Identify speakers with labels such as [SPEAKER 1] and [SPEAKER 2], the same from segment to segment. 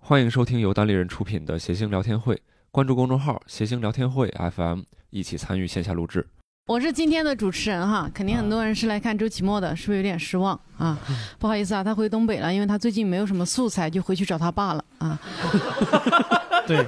[SPEAKER 1] 欢迎收听由单立人出品的《谐星聊天会》，关注公众号“谐星聊天会 FM”，一起参与线下录制。
[SPEAKER 2] 我是今天的主持人哈，肯定很
[SPEAKER 3] 啊
[SPEAKER 2] 多人是来看周奇墨的，是不是有点失望啊？
[SPEAKER 3] 嗯
[SPEAKER 2] 不好意思啊，他回东北了，因为他最近没有什么素材，就回去找他爸了啊。
[SPEAKER 4] 对，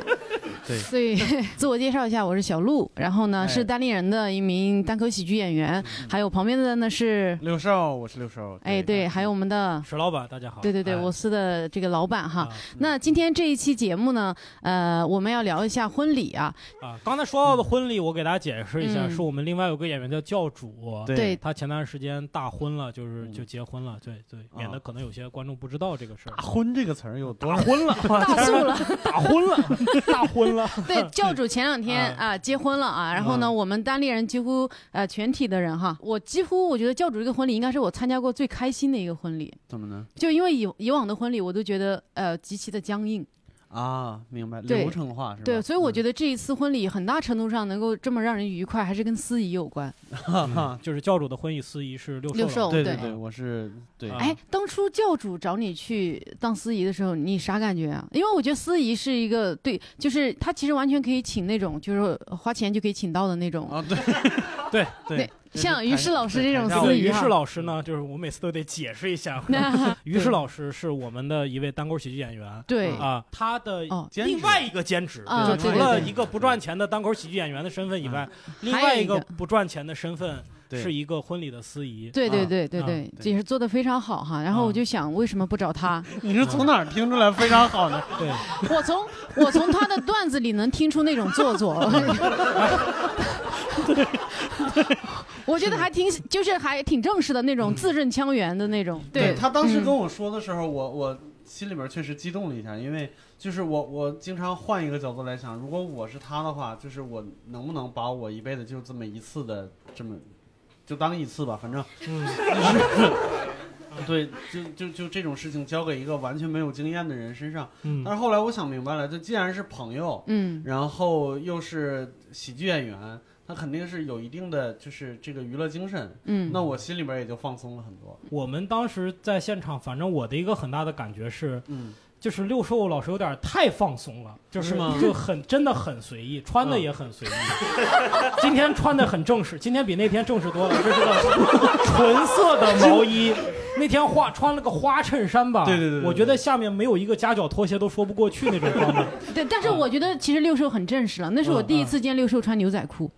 [SPEAKER 4] 对，
[SPEAKER 2] 所以自我介绍一下，我是小鹿，然后呢
[SPEAKER 4] 哎
[SPEAKER 2] 是单立人的一名单口喜剧演员，
[SPEAKER 3] 嗯
[SPEAKER 2] 还有旁边的呢是，
[SPEAKER 4] 六少，我是六少。
[SPEAKER 2] 哎对，还有我们的
[SPEAKER 3] 哦嗯石老板，大家好。
[SPEAKER 2] 对对对，
[SPEAKER 3] 哎
[SPEAKER 2] 我司的这个老板哈
[SPEAKER 3] 啊。
[SPEAKER 2] 那今天这一期节目呢，呃，我们要聊一下婚礼啊，
[SPEAKER 3] 啊，刚才说到的婚礼，我给大家解释一下，
[SPEAKER 2] 嗯
[SPEAKER 3] 是我们另外有个演员叫教主，
[SPEAKER 4] 对嗯
[SPEAKER 2] 对，
[SPEAKER 3] 他前段时间大婚了，就是就结婚了，对对，免得
[SPEAKER 4] 啊
[SPEAKER 3] 可能有些观众不知道这个事儿
[SPEAKER 4] 大。婚这个词儿有多
[SPEAKER 3] 大
[SPEAKER 4] 少？
[SPEAKER 3] 婚了，
[SPEAKER 2] 大
[SPEAKER 3] 大
[SPEAKER 2] 素了。
[SPEAKER 3] 大婚了， 大婚了。
[SPEAKER 2] 对， 教主前两天
[SPEAKER 4] 嗯
[SPEAKER 2] 啊、结婚了啊，然后呢，
[SPEAKER 3] 嗯
[SPEAKER 2] 我们单立人几乎呃全体的人哈，我几乎我觉得教主这个婚礼应该是我参加过最开心的一个婚礼，
[SPEAKER 4] 怎么呢？
[SPEAKER 2] 就因为以以往的婚礼我都觉得呃极其的僵硬，
[SPEAKER 4] 啊，明白，
[SPEAKER 2] 对
[SPEAKER 4] 流程化是吧？嗯
[SPEAKER 2] 对，所以我觉
[SPEAKER 4] 得
[SPEAKER 2] 得这一次婚礼很大程度上能够这么让人愉快，还是跟司仪有关。
[SPEAKER 3] 嗯就是教主的婚礼司仪是六
[SPEAKER 2] 六
[SPEAKER 3] 兽
[SPEAKER 2] 兽
[SPEAKER 3] 老
[SPEAKER 4] 对
[SPEAKER 2] 对
[SPEAKER 4] 对，我是对
[SPEAKER 3] 啊
[SPEAKER 2] 哎，当初教主找你去当司仪的时候，你啥感觉啊？因为我觉得司仪是一个对，就是他其实完全可以请那种就是花钱就可以请到的那种，
[SPEAKER 4] 啊，对
[SPEAKER 3] 对
[SPEAKER 4] 对，
[SPEAKER 2] 那像于适老师这种
[SPEAKER 3] 对
[SPEAKER 2] 司
[SPEAKER 3] 对，
[SPEAKER 2] 仪
[SPEAKER 3] 于
[SPEAKER 2] 哈
[SPEAKER 3] 适老师呢，就是我每次都得解释 一下。
[SPEAKER 2] 那
[SPEAKER 3] 于适老师是我们的一位单口喜剧演员，
[SPEAKER 2] 对。
[SPEAKER 4] 嗯
[SPEAKER 3] 啊，他的
[SPEAKER 2] 哦
[SPEAKER 4] 兼
[SPEAKER 3] 另
[SPEAKER 4] 职
[SPEAKER 3] 外一个兼职，
[SPEAKER 2] 啊
[SPEAKER 3] 就
[SPEAKER 2] 对
[SPEAKER 3] 除
[SPEAKER 2] 对
[SPEAKER 3] 了
[SPEAKER 2] 对
[SPEAKER 3] 一个不赚钱的单口喜剧演员的身份以外，另
[SPEAKER 2] 还
[SPEAKER 3] 外
[SPEAKER 2] 有一
[SPEAKER 3] 一个
[SPEAKER 2] 个
[SPEAKER 3] 不赚钱的身份
[SPEAKER 4] 对
[SPEAKER 3] 是一个婚礼的司仪。
[SPEAKER 2] 对对
[SPEAKER 4] 啊
[SPEAKER 2] 对对
[SPEAKER 3] 啊
[SPEAKER 2] 对，
[SPEAKER 4] 对
[SPEAKER 2] 也是做的非常好哈。然后我
[SPEAKER 3] 啊
[SPEAKER 2] 就想，为什么不找 他？
[SPEAKER 4] 你是从哪儿听出来非常好呢？
[SPEAKER 3] 对，
[SPEAKER 2] 我从我从他的段子里能听出那种做 作。我觉得还挺，就是还挺正式的那
[SPEAKER 3] 嗯
[SPEAKER 2] 种字正腔圆的那种。对，
[SPEAKER 4] 他当时
[SPEAKER 2] 嗯
[SPEAKER 4] 跟我说的时候，我我心里面确实激动了一下，因为就是我我经常换一个角度来想，如果我是他的话，就是我能不能把我一辈子就这么一次的这么就当一次吧，反正
[SPEAKER 3] 嗯，
[SPEAKER 4] 对，就就就这种事情交给一个完全没有经验的人身上。但
[SPEAKER 3] 嗯，
[SPEAKER 4] 是后来我想明白了，就既然是朋友，
[SPEAKER 2] 嗯，
[SPEAKER 4] 然后又是喜剧演员，他肯定是有一定的就是这个娱乐精神，
[SPEAKER 2] 嗯
[SPEAKER 4] 那我心里边也就放松了很多。
[SPEAKER 3] 我们当时在现场，反正我的一个很大的感觉是，
[SPEAKER 4] 嗯，
[SPEAKER 3] 就是六兽老师有点太放松了，就是
[SPEAKER 4] 是吗嗯
[SPEAKER 3] 就很真的很随意，穿的也很随意。今天穿的很正式，今天比那天正式多了，这是个纯色的毛衣。那天花穿了个花衬衫吧，
[SPEAKER 4] 对对对对
[SPEAKER 3] 我觉得下面没有一个夹脚拖鞋都说不过去那种装扮。
[SPEAKER 2] 对，但是
[SPEAKER 3] 啊
[SPEAKER 2] 我觉得其实六兽很正式了，那是我
[SPEAKER 3] 嗯
[SPEAKER 2] 第一
[SPEAKER 3] 嗯
[SPEAKER 2] 次见六兽穿牛仔 裤。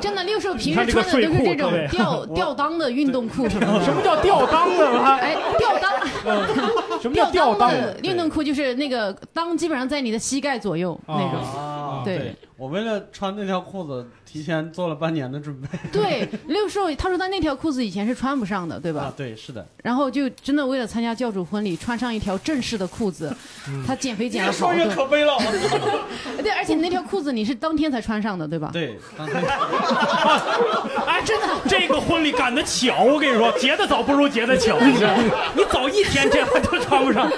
[SPEAKER 2] 真的，六兽平时
[SPEAKER 3] 你看这个
[SPEAKER 2] 穿的都是
[SPEAKER 3] 睡裤
[SPEAKER 2] 这种
[SPEAKER 3] 各位
[SPEAKER 2] 吊 吊�裆的运动裤什么
[SPEAKER 3] 什
[SPEAKER 2] 的。
[SPEAKER 3] 么叫吊裆的吗？
[SPEAKER 2] 哎，吊裆。
[SPEAKER 3] 嗯什么叫
[SPEAKER 2] 吊
[SPEAKER 3] 吊
[SPEAKER 2] 裆
[SPEAKER 3] 裆
[SPEAKER 2] 的运动裤就是那个裆基本上在你的膝盖左右那种。
[SPEAKER 4] 啊
[SPEAKER 2] 对
[SPEAKER 4] 我为了穿那条裤子，提前做了半年的准备
[SPEAKER 2] 对，六兽他说他那条裤子以前是穿不上的，对吧？
[SPEAKER 4] 啊。对，是的，
[SPEAKER 2] 然后就真的为了参加教主婚礼，穿上一条正式的裤子，
[SPEAKER 4] 嗯
[SPEAKER 2] 他减肥减了好多。
[SPEAKER 4] 悲了。
[SPEAKER 2] 对，而且那条裤子你是当天才穿上的，对吧？
[SPEAKER 4] 对，当天
[SPEAKER 3] 哎，真 的， 这个婚礼赶得巧，我跟你说，结得早不如结得巧，你早一天这样就穿不上。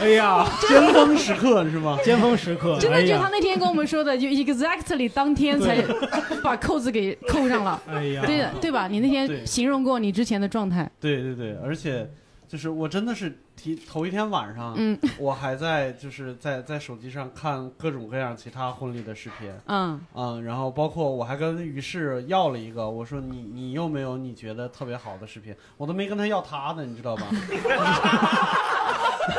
[SPEAKER 3] 哎呀，
[SPEAKER 4] 尖峰时刻是吧？
[SPEAKER 3] 尖峰时刻，
[SPEAKER 2] 真的
[SPEAKER 3] 哎
[SPEAKER 2] 就他
[SPEAKER 3] 呀，
[SPEAKER 2] 那天跟我们说的，就 exactly 当天才 把扣子给扣上了。
[SPEAKER 3] 哎呀，
[SPEAKER 2] 对的，对吧？你那天
[SPEAKER 4] 对
[SPEAKER 2] 形容过你之前的状态，
[SPEAKER 4] 对对对，而且就是我真的是提头一天晚上，
[SPEAKER 2] 嗯
[SPEAKER 4] 我还在就是在在手机上看各种各样其他婚礼的视频，
[SPEAKER 2] 嗯
[SPEAKER 4] 嗯，然后包括我还跟于适要了一个，我说你你有没有你觉得特别好的视频？我都没跟他要他的，你知道吧？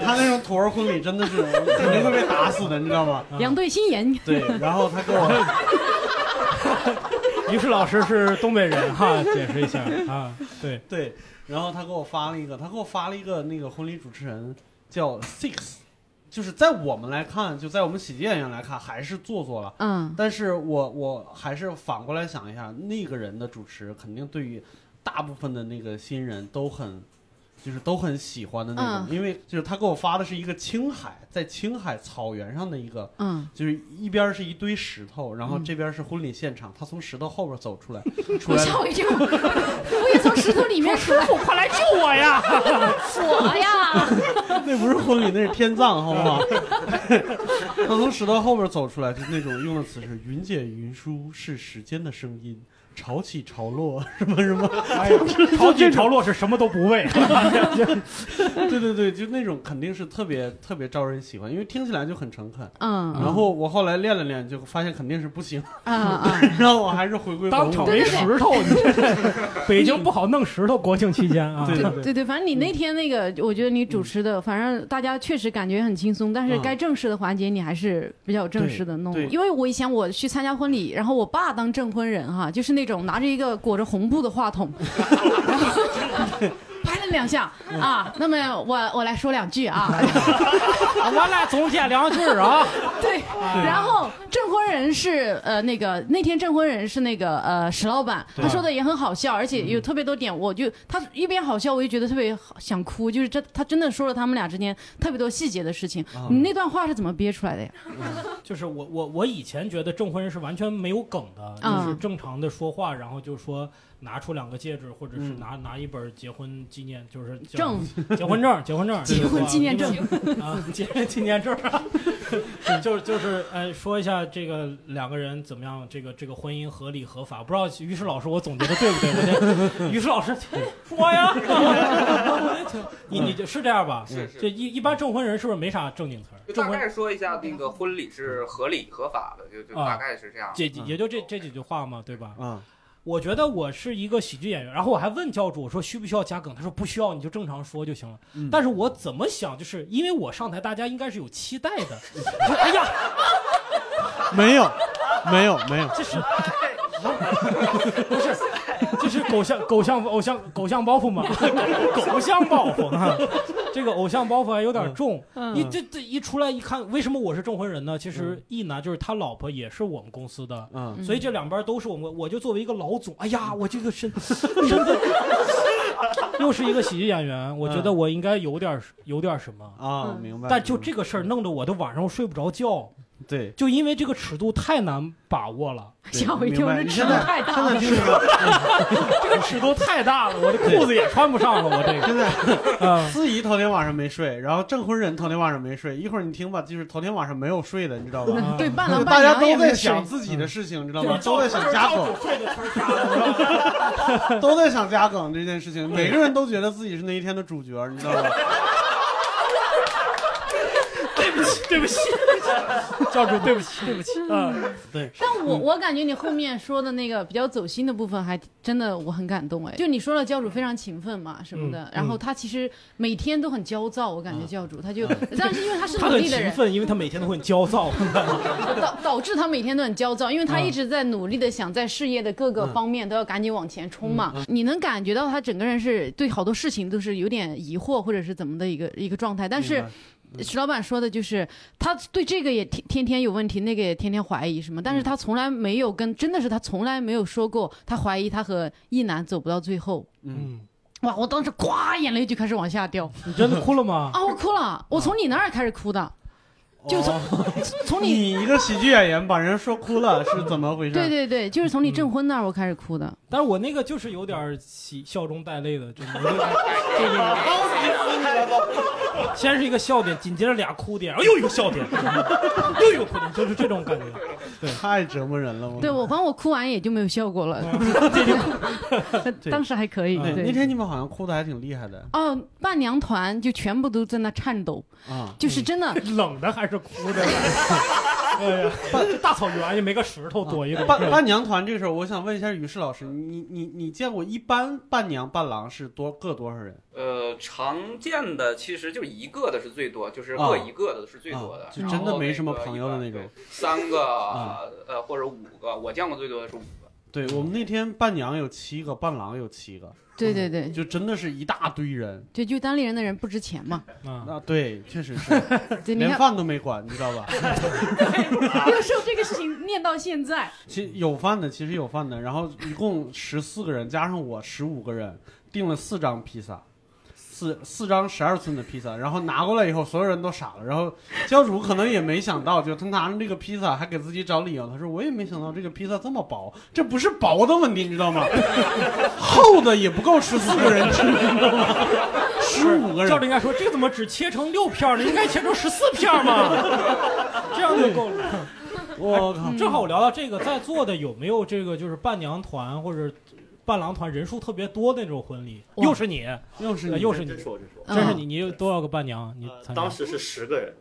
[SPEAKER 4] 他那种土儿婚礼真的是我肯定会被打死的，你知道吗？
[SPEAKER 2] 两对心眼。
[SPEAKER 4] 啊 对，然后他给 我，
[SPEAKER 3] 于是老师是东北 人哈，解释一下啊，对，
[SPEAKER 4] 对，然后他给我发了一个，他给我发了一个那个婚礼主持人叫 Six，就是在我们来看，就在我们喜剧演员来看还是做作了，
[SPEAKER 2] 嗯，
[SPEAKER 4] 但是我我还是反过来想一下，那个人的主持肯定对于大部分的那个新人都很，就是都很喜欢的那
[SPEAKER 2] 嗯
[SPEAKER 4] 种，因为就是他给我发的是一个青海，在青海草原上的一个。
[SPEAKER 2] 嗯，
[SPEAKER 4] 就是一边是一堆石头，然后
[SPEAKER 2] 嗯
[SPEAKER 4] 这边是婚礼现场，他从石头后边走出来，出
[SPEAKER 2] 我
[SPEAKER 4] 来
[SPEAKER 2] 吓我一跳，我也从石头里面出来，
[SPEAKER 3] 不，快来救我呀！
[SPEAKER 2] 我呀，
[SPEAKER 4] 那不是婚礼，那是天葬，好不 好？他从石头后边走出来，就那种用的词是“云解云舒是时间的声音，潮起潮 落，什么什么，
[SPEAKER 3] 哎呀，潮起潮落是什么都不为，
[SPEAKER 4] 对对对，就那种肯定是特别特别招人喜欢，因为听起来就很诚恳。
[SPEAKER 2] 嗯
[SPEAKER 4] 然后我后来练了练，就发现肯定是不行，
[SPEAKER 2] 啊啊，
[SPEAKER 4] 然后我还是回归
[SPEAKER 3] 当
[SPEAKER 4] 本
[SPEAKER 3] 场
[SPEAKER 4] 我。
[SPEAKER 3] 没石头，你这 北京不好弄石头，国庆期间啊，
[SPEAKER 4] 对
[SPEAKER 3] 对
[SPEAKER 4] 对
[SPEAKER 2] 对对，反正你那天那个，我觉得你主持的，反正大家确实感觉很轻松，但是
[SPEAKER 4] 嗯
[SPEAKER 2] 该正式的环节你还是比较正式的弄
[SPEAKER 4] 对。对
[SPEAKER 2] 因为我以前我去参加婚礼，然后我爸当证婚人哈，就是那种拿着一个裹着红布的话筒， 然后 拍了两下啊。那么我我来说两句啊，
[SPEAKER 3] 啊我俩总结两句儿啊，
[SPEAKER 2] 对，然后证婚人是呃那个那天证婚人是那个呃石老板，他说的也很好笑，而且有特别多点，我就他一边好笑，我就觉得特别好想哭，就是这他真的说了他们俩之间特别多细节的事情。
[SPEAKER 4] 啊
[SPEAKER 2] 你那段话是怎么憋出来的呀？
[SPEAKER 3] 就是我我我以前觉得证婚人是完全没有梗的，
[SPEAKER 2] 嗯
[SPEAKER 3] 就是正常的说话，然后就说拿出两个戒指，或者是
[SPEAKER 4] 嗯
[SPEAKER 3] 拿拿一本结婚纪念，就是叫
[SPEAKER 2] 正
[SPEAKER 3] 结婚证，结婚 证，
[SPEAKER 2] 结婚纪念证
[SPEAKER 3] 啊，结婚纪念证，啊 就是就是呃，说一下这个两个人怎么样，这个这个婚姻合理合法，不知道于适老师我总结的对不对？我先，于适老师说呀，你你是这样吧？
[SPEAKER 5] 是是
[SPEAKER 3] 这一一般证婚人是不是没啥正经词儿？
[SPEAKER 5] 就
[SPEAKER 3] 证
[SPEAKER 5] 大
[SPEAKER 3] 婚
[SPEAKER 5] 概说一下那个婚礼是合理合法的，就就
[SPEAKER 3] 啊
[SPEAKER 5] 大概是这样。
[SPEAKER 3] 也
[SPEAKER 4] 嗯
[SPEAKER 3] 也就这这几句话嘛，对吧？
[SPEAKER 4] 啊，
[SPEAKER 3] 我觉得我是一个喜剧演员，然后我还问教主我说需不需要加梗，他说不需要，你就正常说就行了。
[SPEAKER 4] 嗯
[SPEAKER 3] 但是我怎么想，就是因为我上台，大家应该是有期待的。 我说哎呀，
[SPEAKER 4] 没有，没有，没有，
[SPEAKER 3] 这是不是？ 这是狗像狗像偶像狗像包袱 嘛？狗像包袱啊， 这个偶像包袱还有点重。你这这一出来一看，为什么我是证婚人呢？其实一男就是他老婆也是我们公司的，
[SPEAKER 4] 嗯，
[SPEAKER 3] 所以这两边都是我们，我就作为一个老总，哎呀，我这 个身身份，又是一个喜剧演员，我觉得我应该有点儿有点儿什么。
[SPEAKER 4] 嗯啊，
[SPEAKER 2] 嗯
[SPEAKER 4] 明白。
[SPEAKER 3] 但就这
[SPEAKER 4] 明
[SPEAKER 3] 个事儿弄得我都晚上睡不着觉，
[SPEAKER 4] 白对，
[SPEAKER 3] 就因为这个尺度太难把握了，
[SPEAKER 4] 对
[SPEAKER 2] 吓我一
[SPEAKER 4] 明
[SPEAKER 2] 跳，
[SPEAKER 4] 白
[SPEAKER 2] 这
[SPEAKER 4] 你
[SPEAKER 2] 尺
[SPEAKER 4] 现
[SPEAKER 2] 度
[SPEAKER 4] 在
[SPEAKER 2] 太大
[SPEAKER 4] 现在
[SPEAKER 2] 了。
[SPEAKER 4] 就是个
[SPEAKER 3] 这个尺度太大了，我的裤子也穿不上了，我这
[SPEAKER 4] 现在
[SPEAKER 3] 个，嗯，
[SPEAKER 4] 司仪头天晚上没睡，然后证婚人头天晚上没睡，一会儿你听吧，就是头天晚上没有睡的，你知道吧？
[SPEAKER 3] 啊
[SPEAKER 2] 嗯对，伴
[SPEAKER 4] 就
[SPEAKER 2] 郎
[SPEAKER 4] 是
[SPEAKER 2] 伴
[SPEAKER 4] 大家
[SPEAKER 2] 娘也
[SPEAKER 4] 都
[SPEAKER 2] 没
[SPEAKER 4] 在
[SPEAKER 2] 有
[SPEAKER 4] 想
[SPEAKER 2] 睡。
[SPEAKER 4] 自己的事情，知道吗？都在想加 梗，
[SPEAKER 3] 睡的呲儿下来了
[SPEAKER 4] 都在想加梗这件事情，每个人都觉得自己是那一天的主角，你知道吧？
[SPEAKER 3] 对不起，对不起，教主，哦对不起，对不起，嗯，
[SPEAKER 4] 对，
[SPEAKER 2] 但我我感觉你后面说的那个比较走心的部分，还真的我很感动哎。就你说了教主非常勤奋嘛什么
[SPEAKER 3] 嗯
[SPEAKER 2] 的，然后他其实每天都很焦躁，我感觉教主他 就，但是因为他是
[SPEAKER 3] 他
[SPEAKER 2] 努
[SPEAKER 3] 很
[SPEAKER 2] 力的
[SPEAKER 3] 勤
[SPEAKER 2] 人，
[SPEAKER 3] 奋，因为他每天都会很焦躁，
[SPEAKER 2] 导导致他每天都很焦躁，因为他
[SPEAKER 3] 嗯
[SPEAKER 2] 一直在努力的想在事业的各个方面都要赶紧往前冲嘛。
[SPEAKER 3] 嗯
[SPEAKER 2] 你能感觉到他整个人是对好多事情都是有点疑惑或者是怎么的一个一个状态，但是
[SPEAKER 4] 明白。
[SPEAKER 3] 嗯
[SPEAKER 2] 石老板说的就是，他对这个也天天天有问题，那个也天天怀疑什么，
[SPEAKER 3] 嗯
[SPEAKER 2] 但是他从来没有跟，真的是他从来没有说过，他怀疑他和一男走不到最后。
[SPEAKER 4] 嗯，
[SPEAKER 3] 嗯，
[SPEAKER 2] 哇！我当时咵眼泪就开始往下掉
[SPEAKER 3] 你真的哭了吗？
[SPEAKER 2] 啊，我哭了，我从你那儿开始哭的，就从、
[SPEAKER 3] 哦
[SPEAKER 2] 从你
[SPEAKER 4] 你一个喜剧演员把人说哭了是嗯怎么回事？
[SPEAKER 2] 对对对，就是从你证婚那儿我开始哭的。
[SPEAKER 3] 但是我那个就是有点儿喜笑中带泪的，就有点儿这 个，先是一个笑点，紧接着俩哭点，然后又一个笑点，又一个哭点，就是这种感觉。
[SPEAKER 4] 太折磨人了。
[SPEAKER 2] 对我，反正我哭完也就没有效果了， 当时还可以。
[SPEAKER 4] 哦对嗯
[SPEAKER 2] 对，
[SPEAKER 4] 那天你们好像哭的还挺厉害的
[SPEAKER 2] 哦，伴娘团就全部都在那颤抖，
[SPEAKER 4] 啊。
[SPEAKER 2] 就是真的。
[SPEAKER 3] 冷的还是哭的？ 哎 呀，大草原也没个石头躲一躲。
[SPEAKER 4] 啊伴伴娘团这个时候，我想问一下于适老师，你你你见过一般伴娘伴郎是多各多少人？
[SPEAKER 5] 呃，常见的其实就一个的是最多，就是
[SPEAKER 4] 啊
[SPEAKER 5] 各一个的是最多的，
[SPEAKER 4] 啊就真的没什么朋友的那
[SPEAKER 5] 那
[SPEAKER 4] 种。
[SPEAKER 5] 三个
[SPEAKER 4] 啊
[SPEAKER 5] 呃或者五个，我见过最多的是五个。
[SPEAKER 4] 对我们那天伴娘有七个，伴郎有七个，嗯
[SPEAKER 2] 对对对，
[SPEAKER 4] 就真的是一大堆人
[SPEAKER 2] 就就单立人的人不值钱 嘛。
[SPEAKER 3] 啊，
[SPEAKER 4] 啊。对，确实是，
[SPEAKER 2] 对，你
[SPEAKER 4] 连
[SPEAKER 2] 看，
[SPEAKER 4] 饭都没管，你知道吧？
[SPEAKER 2] 又受这个事情念到现在。
[SPEAKER 4] 其实有饭的，其实有饭的。然后一共十四个人，加上我十五个人，订了四张披萨，四四张十二寸的披萨。然后拿过来以后，所有人都傻了。然后教主可能也没想到，就他拿着这个披萨还给自己找理由，他说我也没想到这个披萨这么薄，这不是薄的问题，你知 道吗？厚的也不够十四个人吃，你知道吗？十五个
[SPEAKER 3] 教主
[SPEAKER 4] 人。
[SPEAKER 3] 应该说这 个怎么只切成六片儿呢？应该切成十四片儿嘛，这样就够了。
[SPEAKER 4] 我靠，
[SPEAKER 3] 正好我聊到这个，在座的有没有这个就是伴娘团或者伴郎团人数特别多的那种婚礼？
[SPEAKER 2] 哇
[SPEAKER 3] 又是你，
[SPEAKER 4] 又是
[SPEAKER 3] 呃
[SPEAKER 4] 你
[SPEAKER 3] 又是你
[SPEAKER 6] 真，说真说，
[SPEAKER 3] 真是你，你有多少个伴娘？你
[SPEAKER 6] 呃
[SPEAKER 3] 参
[SPEAKER 4] 啊
[SPEAKER 3] 加
[SPEAKER 6] 当时是十个人，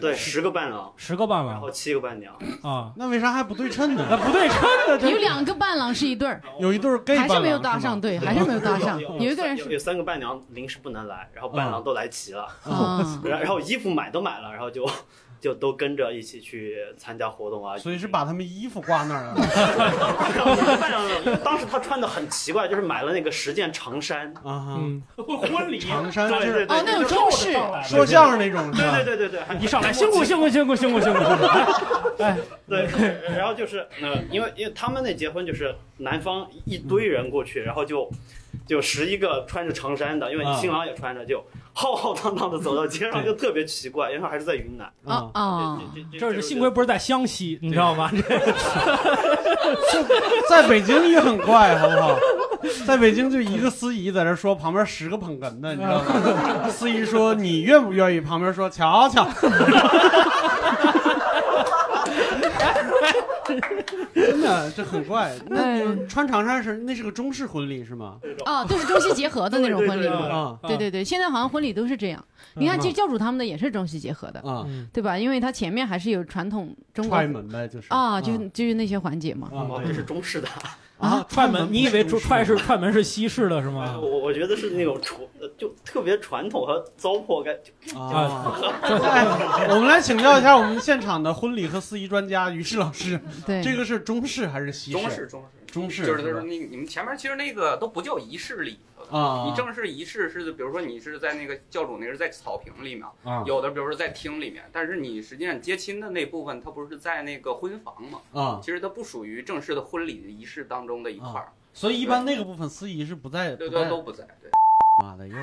[SPEAKER 6] 对，十个伴郎，
[SPEAKER 3] 十个伴
[SPEAKER 6] 然
[SPEAKER 3] 郎
[SPEAKER 6] 后七个伴娘，
[SPEAKER 3] 啊？
[SPEAKER 4] 那为啥还不对称
[SPEAKER 3] 那
[SPEAKER 4] 呢？
[SPEAKER 3] 啊不对称的，
[SPEAKER 2] 有
[SPEAKER 3] 这
[SPEAKER 2] 两个伴郎是一对儿，
[SPEAKER 4] 有一对儿 gay
[SPEAKER 2] 还是没有
[SPEAKER 4] 伴
[SPEAKER 2] 搭
[SPEAKER 4] 郎
[SPEAKER 2] 上，对，还是没有搭上，
[SPEAKER 6] 有
[SPEAKER 2] 有一个人
[SPEAKER 6] 有
[SPEAKER 2] 是
[SPEAKER 6] 有三个伴娘临时不能来，然后伴郎都来齐了，
[SPEAKER 2] 啊，
[SPEAKER 6] 然然后衣服买都买了，然后就就都跟着一起去参加活动啊。
[SPEAKER 4] 所以是把他们衣服挂那儿了。
[SPEAKER 6] 伴 郎伴郎，因为当时他穿的很奇怪，就是买了那个十件长衫，
[SPEAKER 4] 啊哈，
[SPEAKER 3] 嗯，
[SPEAKER 6] 婚礼
[SPEAKER 4] 长衫
[SPEAKER 6] 对
[SPEAKER 4] 是
[SPEAKER 6] 对
[SPEAKER 2] 哦，
[SPEAKER 6] 对，
[SPEAKER 2] 那种中式，
[SPEAKER 4] 说相声那种是吧？
[SPEAKER 6] 对对对对对，
[SPEAKER 3] 一上来辛苦辛苦辛苦辛苦辛苦，哎，
[SPEAKER 6] 对，然后就是呃，因为因为他们那结婚就是男方一堆人过去，然后就就十一个穿着长衫的，因为
[SPEAKER 3] 啊
[SPEAKER 6] 新郎也穿着，就浩浩荡荡的走到街上，就特别奇怪，因为还是在云南，
[SPEAKER 2] 啊
[SPEAKER 4] 啊，
[SPEAKER 2] 啊，
[SPEAKER 6] 这这
[SPEAKER 3] 嗯这是幸亏不是在湘西，你知道吗？
[SPEAKER 4] 在北京也很怪，好不好？ 在北京就一个司仪在这说，旁边十个捧哏的，你知道吗？司仪说你愿不愿意？旁边说瞧瞧， 真的这很怪。那
[SPEAKER 2] 嗯
[SPEAKER 4] 穿长衫是那是个中式婚礼是吗？
[SPEAKER 2] 啊，都是中西结合的那种婚礼
[SPEAKER 6] 对对
[SPEAKER 2] 嘛。
[SPEAKER 4] 啊
[SPEAKER 2] 对对对，现在好像婚礼都是这样。你看，
[SPEAKER 4] 嗯
[SPEAKER 2] 其实教主他们的也是中西结合的，
[SPEAKER 4] 啊，
[SPEAKER 3] 嗯
[SPEAKER 2] 对吧？因为他前面还是有传统中国
[SPEAKER 4] 踹门呗，就是
[SPEAKER 2] 啊，就是就是那些环节嘛。
[SPEAKER 4] 啊
[SPEAKER 6] 哦，这是中式的，
[SPEAKER 4] 啊
[SPEAKER 3] 踹门，你以为
[SPEAKER 4] 中式
[SPEAKER 3] 踹是踹门是西式的是吗
[SPEAKER 6] 我？我觉得是那种传呃就特别传统和糟粕感，就
[SPEAKER 4] 啊， 哎，我们来请教一下我们现场的婚礼和司仪专家于适老师，
[SPEAKER 2] 对，
[SPEAKER 4] 这个是中式还是西
[SPEAKER 5] 中
[SPEAKER 4] 式？
[SPEAKER 5] 式中式
[SPEAKER 4] 中式
[SPEAKER 5] 就是就是
[SPEAKER 4] 吧
[SPEAKER 5] 是那个你们前面其实那个都不叫仪式礼。
[SPEAKER 4] 啊，
[SPEAKER 5] 你正式仪式是，比如说你是在那个教主那是在草坪里面，
[SPEAKER 4] 啊
[SPEAKER 5] 有的比如说在厅里面，但是你实际上接亲的那部分，它不是在那个婚房嘛？
[SPEAKER 4] 啊，
[SPEAKER 5] 其实它不属于正式的婚礼仪式当中的一块儿，
[SPEAKER 4] 所以一般那个部分司仪是不在，
[SPEAKER 5] 对
[SPEAKER 4] 不
[SPEAKER 5] 对
[SPEAKER 4] 在
[SPEAKER 5] 都不在。对，
[SPEAKER 4] 妈的又
[SPEAKER 3] 哎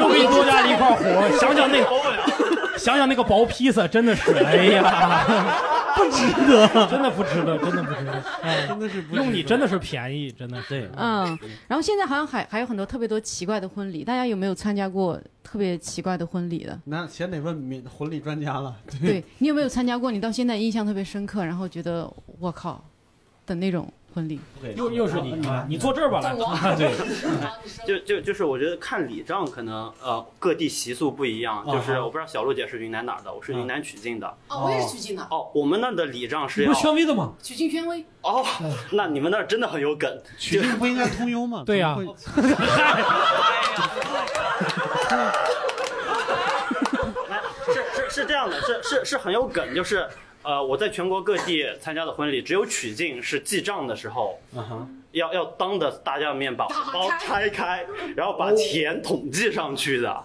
[SPEAKER 3] 又给你 多加了一块火，想想那个， 想想那个薄披萨，真的是，哎呀， 不值得，真的不值得，真的不值得，哎，
[SPEAKER 4] 真的是不
[SPEAKER 3] 用你
[SPEAKER 4] 知道？
[SPEAKER 3] 真的是便宜，真的对
[SPEAKER 2] 嗯，然后现在好像还还有很多特别多奇怪的婚礼，大家有没有参加过特别奇怪的婚礼的
[SPEAKER 4] 那先得问民婚礼专家了，
[SPEAKER 2] 对你有没有参加过？你到现在印象特别深刻，然后觉得我靠的那种婚礼？
[SPEAKER 4] 不给
[SPEAKER 3] 又又是你啊，你坐这儿吧，来，
[SPEAKER 6] 就就就是我觉得看礼账可能呃各地习俗不一样，就是
[SPEAKER 4] 啊
[SPEAKER 6] 我不知道小鹿姐是云南哪儿的，我
[SPEAKER 3] 啊
[SPEAKER 6] 是云南曲靖的，
[SPEAKER 2] 哦，我也是取经的，
[SPEAKER 6] 哦，我们那儿的礼账是
[SPEAKER 3] 你不
[SPEAKER 4] 啊
[SPEAKER 6] 要
[SPEAKER 3] 是宣威的啊吗？
[SPEAKER 2] 取经宣威。
[SPEAKER 6] 哦，那你们那儿真的很有 梗，
[SPEAKER 4] 曲靖不应该通幽吗？
[SPEAKER 3] 对啊呀
[SPEAKER 4] 怎么会
[SPEAKER 6] 是是是这样的，是是是很有梗，就是呃，我在全国各地参加的婚礼，只有曲靖是记账的时候，
[SPEAKER 4] 啊哈
[SPEAKER 6] 要要当着大家的面把红包拆开，然后把钱统计上去的。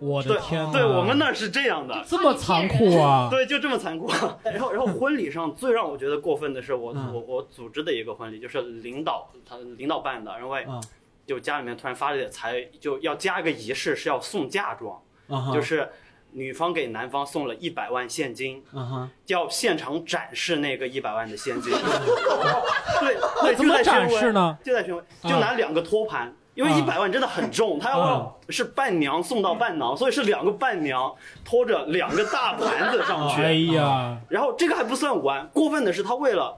[SPEAKER 3] 我
[SPEAKER 6] 对
[SPEAKER 3] 的天哪，
[SPEAKER 6] 对，我们那儿是这样的。
[SPEAKER 3] 这么残酷啊！
[SPEAKER 6] 对，就这么残酷。 然后，然后婚礼上最让我觉得过分的是我，
[SPEAKER 3] 嗯
[SPEAKER 6] 我我组织的一个婚礼，就是领导他领导办的，因为
[SPEAKER 4] 嗯
[SPEAKER 6] 就家里面突然发了点财，就要加一个仪式，是要送嫁妆。
[SPEAKER 3] 嗯
[SPEAKER 4] 啊哈，
[SPEAKER 6] 就是女方给男方送了一百万现金，
[SPEAKER 4] 啊哈，
[SPEAKER 6] 要现场展示那个一百万的现 金。对对，
[SPEAKER 3] 怎
[SPEAKER 6] 就
[SPEAKER 3] 么
[SPEAKER 6] 在
[SPEAKER 3] 展
[SPEAKER 6] 宣威
[SPEAKER 3] 示，呢？
[SPEAKER 6] 就在宣威，就拿两个托盘。因为
[SPEAKER 3] 嗯
[SPEAKER 6] 一百万真的很重，他
[SPEAKER 3] 啊
[SPEAKER 6] 要是伴娘送到伴郎，所以是两个伴娘拖着两个大盘子上
[SPEAKER 3] 哎
[SPEAKER 6] 去。
[SPEAKER 4] 啊
[SPEAKER 3] 呀，
[SPEAKER 6] 然后这个还不算完，过分的是他为了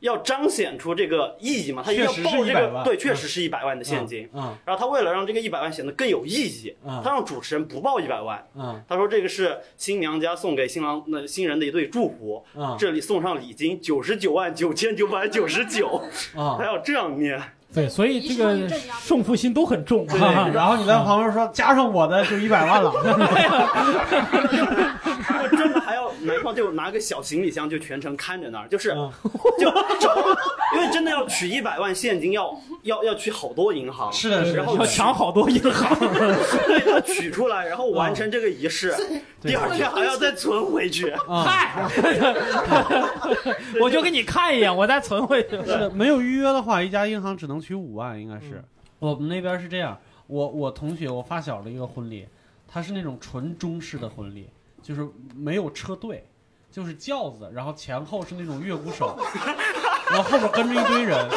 [SPEAKER 6] 要彰显出这个意义嘛，他一定要
[SPEAKER 4] 确实是
[SPEAKER 6] 报这
[SPEAKER 4] 100
[SPEAKER 6] 个
[SPEAKER 4] 万
[SPEAKER 6] 对，确实是一百万的现金。
[SPEAKER 4] 啊
[SPEAKER 6] 然后他为了让这个一百万显得更有意义，
[SPEAKER 4] 嗯
[SPEAKER 6] 他让主持人不报一百万，
[SPEAKER 4] 啊
[SPEAKER 6] 他说这个是新娘家送给新郎那新人的一对祝福，
[SPEAKER 4] 啊
[SPEAKER 6] 这里送上礼金九十九万九千九百九十九，
[SPEAKER 4] 啊
[SPEAKER 6] 还！要这样 念。
[SPEAKER 3] 对，所以这个胜负心都很重
[SPEAKER 4] 对，
[SPEAKER 3] 啊。
[SPEAKER 4] 然后你在旁边说加上我的就一 百万了，
[SPEAKER 6] 如果真的还要男方就拿个小行李箱就全程看着那儿，就是
[SPEAKER 4] 嗯
[SPEAKER 6] 就 找，因为真的要取一百万现金，要要要取好多银行，
[SPEAKER 4] 是的是的
[SPEAKER 6] 然后
[SPEAKER 3] 要抢好多银行，
[SPEAKER 6] 对他取出来，然后完成这个 仪式，第二天还要再存回去。
[SPEAKER 4] 嗯
[SPEAKER 3] 嗨，我就给你看一眼，我再存回去。
[SPEAKER 4] 是的，没有预约的话，一家银行只能取五万，应该是。我们那边是这样，我我同学我发小的一个婚礼，他是那种纯中式的婚礼，就是没有车队，就是轿子，然后前后是那种乐鼓手，然后后边跟着一堆人。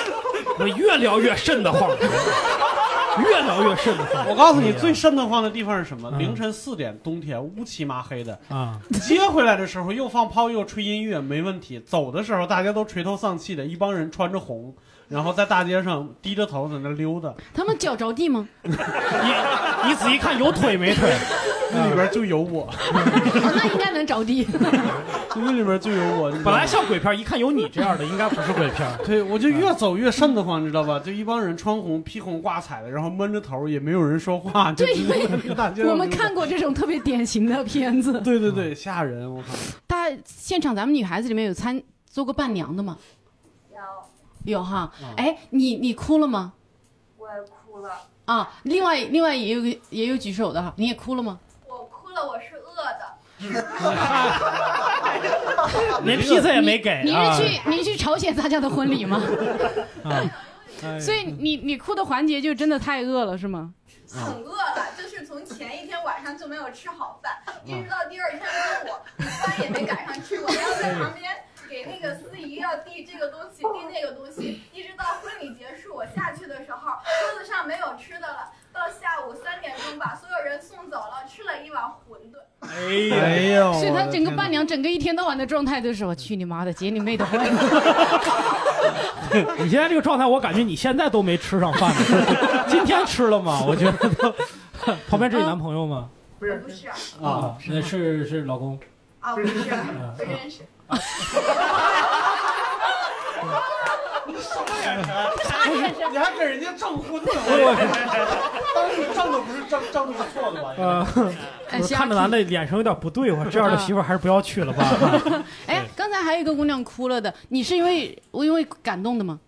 [SPEAKER 3] 我越聊越瘆得慌。越聊越瘆得慌
[SPEAKER 4] 我告诉你，最瘆得慌的地方是什么？
[SPEAKER 3] 嗯
[SPEAKER 4] 凌晨四点，冬天乌漆麻黑的，
[SPEAKER 3] 啊，
[SPEAKER 4] 接回来的时候又放炮又吹音乐，没问题。走的时候大家都垂头丧气的，一帮人穿着红，然后在大街上低着头在那溜达，
[SPEAKER 3] 嗯
[SPEAKER 2] 他们脚着 地吗？
[SPEAKER 3] 你你仔细看有腿没腿？
[SPEAKER 4] 那里边就有我，
[SPEAKER 2] 哦那应该能着地。
[SPEAKER 4] 那里边就有我。你知道吗
[SPEAKER 3] 本来像鬼片，一看有你这样的，应该 不是鬼片。
[SPEAKER 4] 对，我就越走越瘆得慌，你知道吧？就一帮人穿红、披红挂彩的，然后闷着头，也没有人说话，就
[SPEAKER 2] 对
[SPEAKER 4] 直接在那个大街上
[SPEAKER 2] 我们
[SPEAKER 4] 溜达
[SPEAKER 2] 看过这种特别典型的片子。
[SPEAKER 4] 对对对，吓人！我靠，
[SPEAKER 2] 大家现场咱们女孩子里面有参做过伴娘的吗？有哈
[SPEAKER 3] 啊
[SPEAKER 4] 嗯，
[SPEAKER 2] 哎，你你哭了吗？
[SPEAKER 7] 我也哭了，
[SPEAKER 2] 啊，另外另外也有个也有举手的哈，你也哭了吗？
[SPEAKER 7] 我哭了，我是饿的。
[SPEAKER 3] 连披萨也没给
[SPEAKER 2] 你
[SPEAKER 3] 啊
[SPEAKER 2] 是去你是去朝鲜参加的婚礼 吗？
[SPEAKER 3] 哎
[SPEAKER 2] 所以你你哭的环节就真的太饿了是吗？
[SPEAKER 7] 很饿了，就是从前一天晚上就没有吃好饭，一直到第二天中午，饭也没赶上吃，我要在旁边给那个司仪要递这个东西，递那个东西，一直到婚礼结束，我下去的时候，桌子上没有吃的了，到下午三点钟把所有人送走了，吃了一碗馄饨。
[SPEAKER 3] 哎呀，
[SPEAKER 4] 呦
[SPEAKER 2] 所以他整个伴娘整个一天到晚的状态都是我去你妈的结你妹的婚。
[SPEAKER 3] 你现在这个状态，我感觉你现在都没吃上饭呢。 今天吃了吗？我觉得都 旁边这
[SPEAKER 2] 嗯
[SPEAKER 3] 是你男朋友吗？
[SPEAKER 7] 不是不是
[SPEAKER 4] 啊，，
[SPEAKER 3] 那是是老公。
[SPEAKER 7] 啊，不是不认识。
[SPEAKER 4] 你还给人家证婚呢？我当时证的不是证，证的是错的吧？
[SPEAKER 3] 呃，
[SPEAKER 2] 哎
[SPEAKER 3] 我看着咱的眼神有点不对，我这
[SPEAKER 2] 嗯
[SPEAKER 3] 样的媳妇儿还是不要娶了吧。
[SPEAKER 2] 哎，刚才还有一个姑娘哭了的，你是因为我因为感动的吗？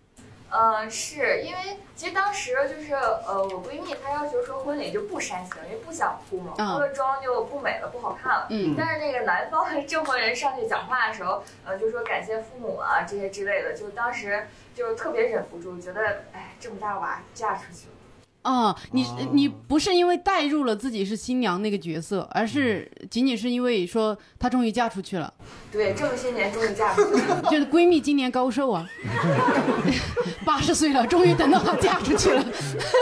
[SPEAKER 8] 呃，是因为其实当时就是呃，我闺蜜她要求说婚礼就不煽情，因为不想哭嘛，
[SPEAKER 2] 嗯
[SPEAKER 8] 化个妆就不美了，不好看了。
[SPEAKER 2] 嗯
[SPEAKER 8] 但是那个南方的证婚人上去讲话的时候，呃，就说感谢父母啊这些之类的，就当时就特别忍不住，觉得哎，这么大娃嫁出去了。
[SPEAKER 2] 哦，你
[SPEAKER 4] 哦
[SPEAKER 2] 你不是因为带入了自己是新娘那个角色，而是仅仅是因为说她终于嫁出去了，
[SPEAKER 8] 对，这么些年终于嫁出去了。
[SPEAKER 2] 就是闺蜜今年高寿啊， 八十岁了，终于等到她嫁出去了。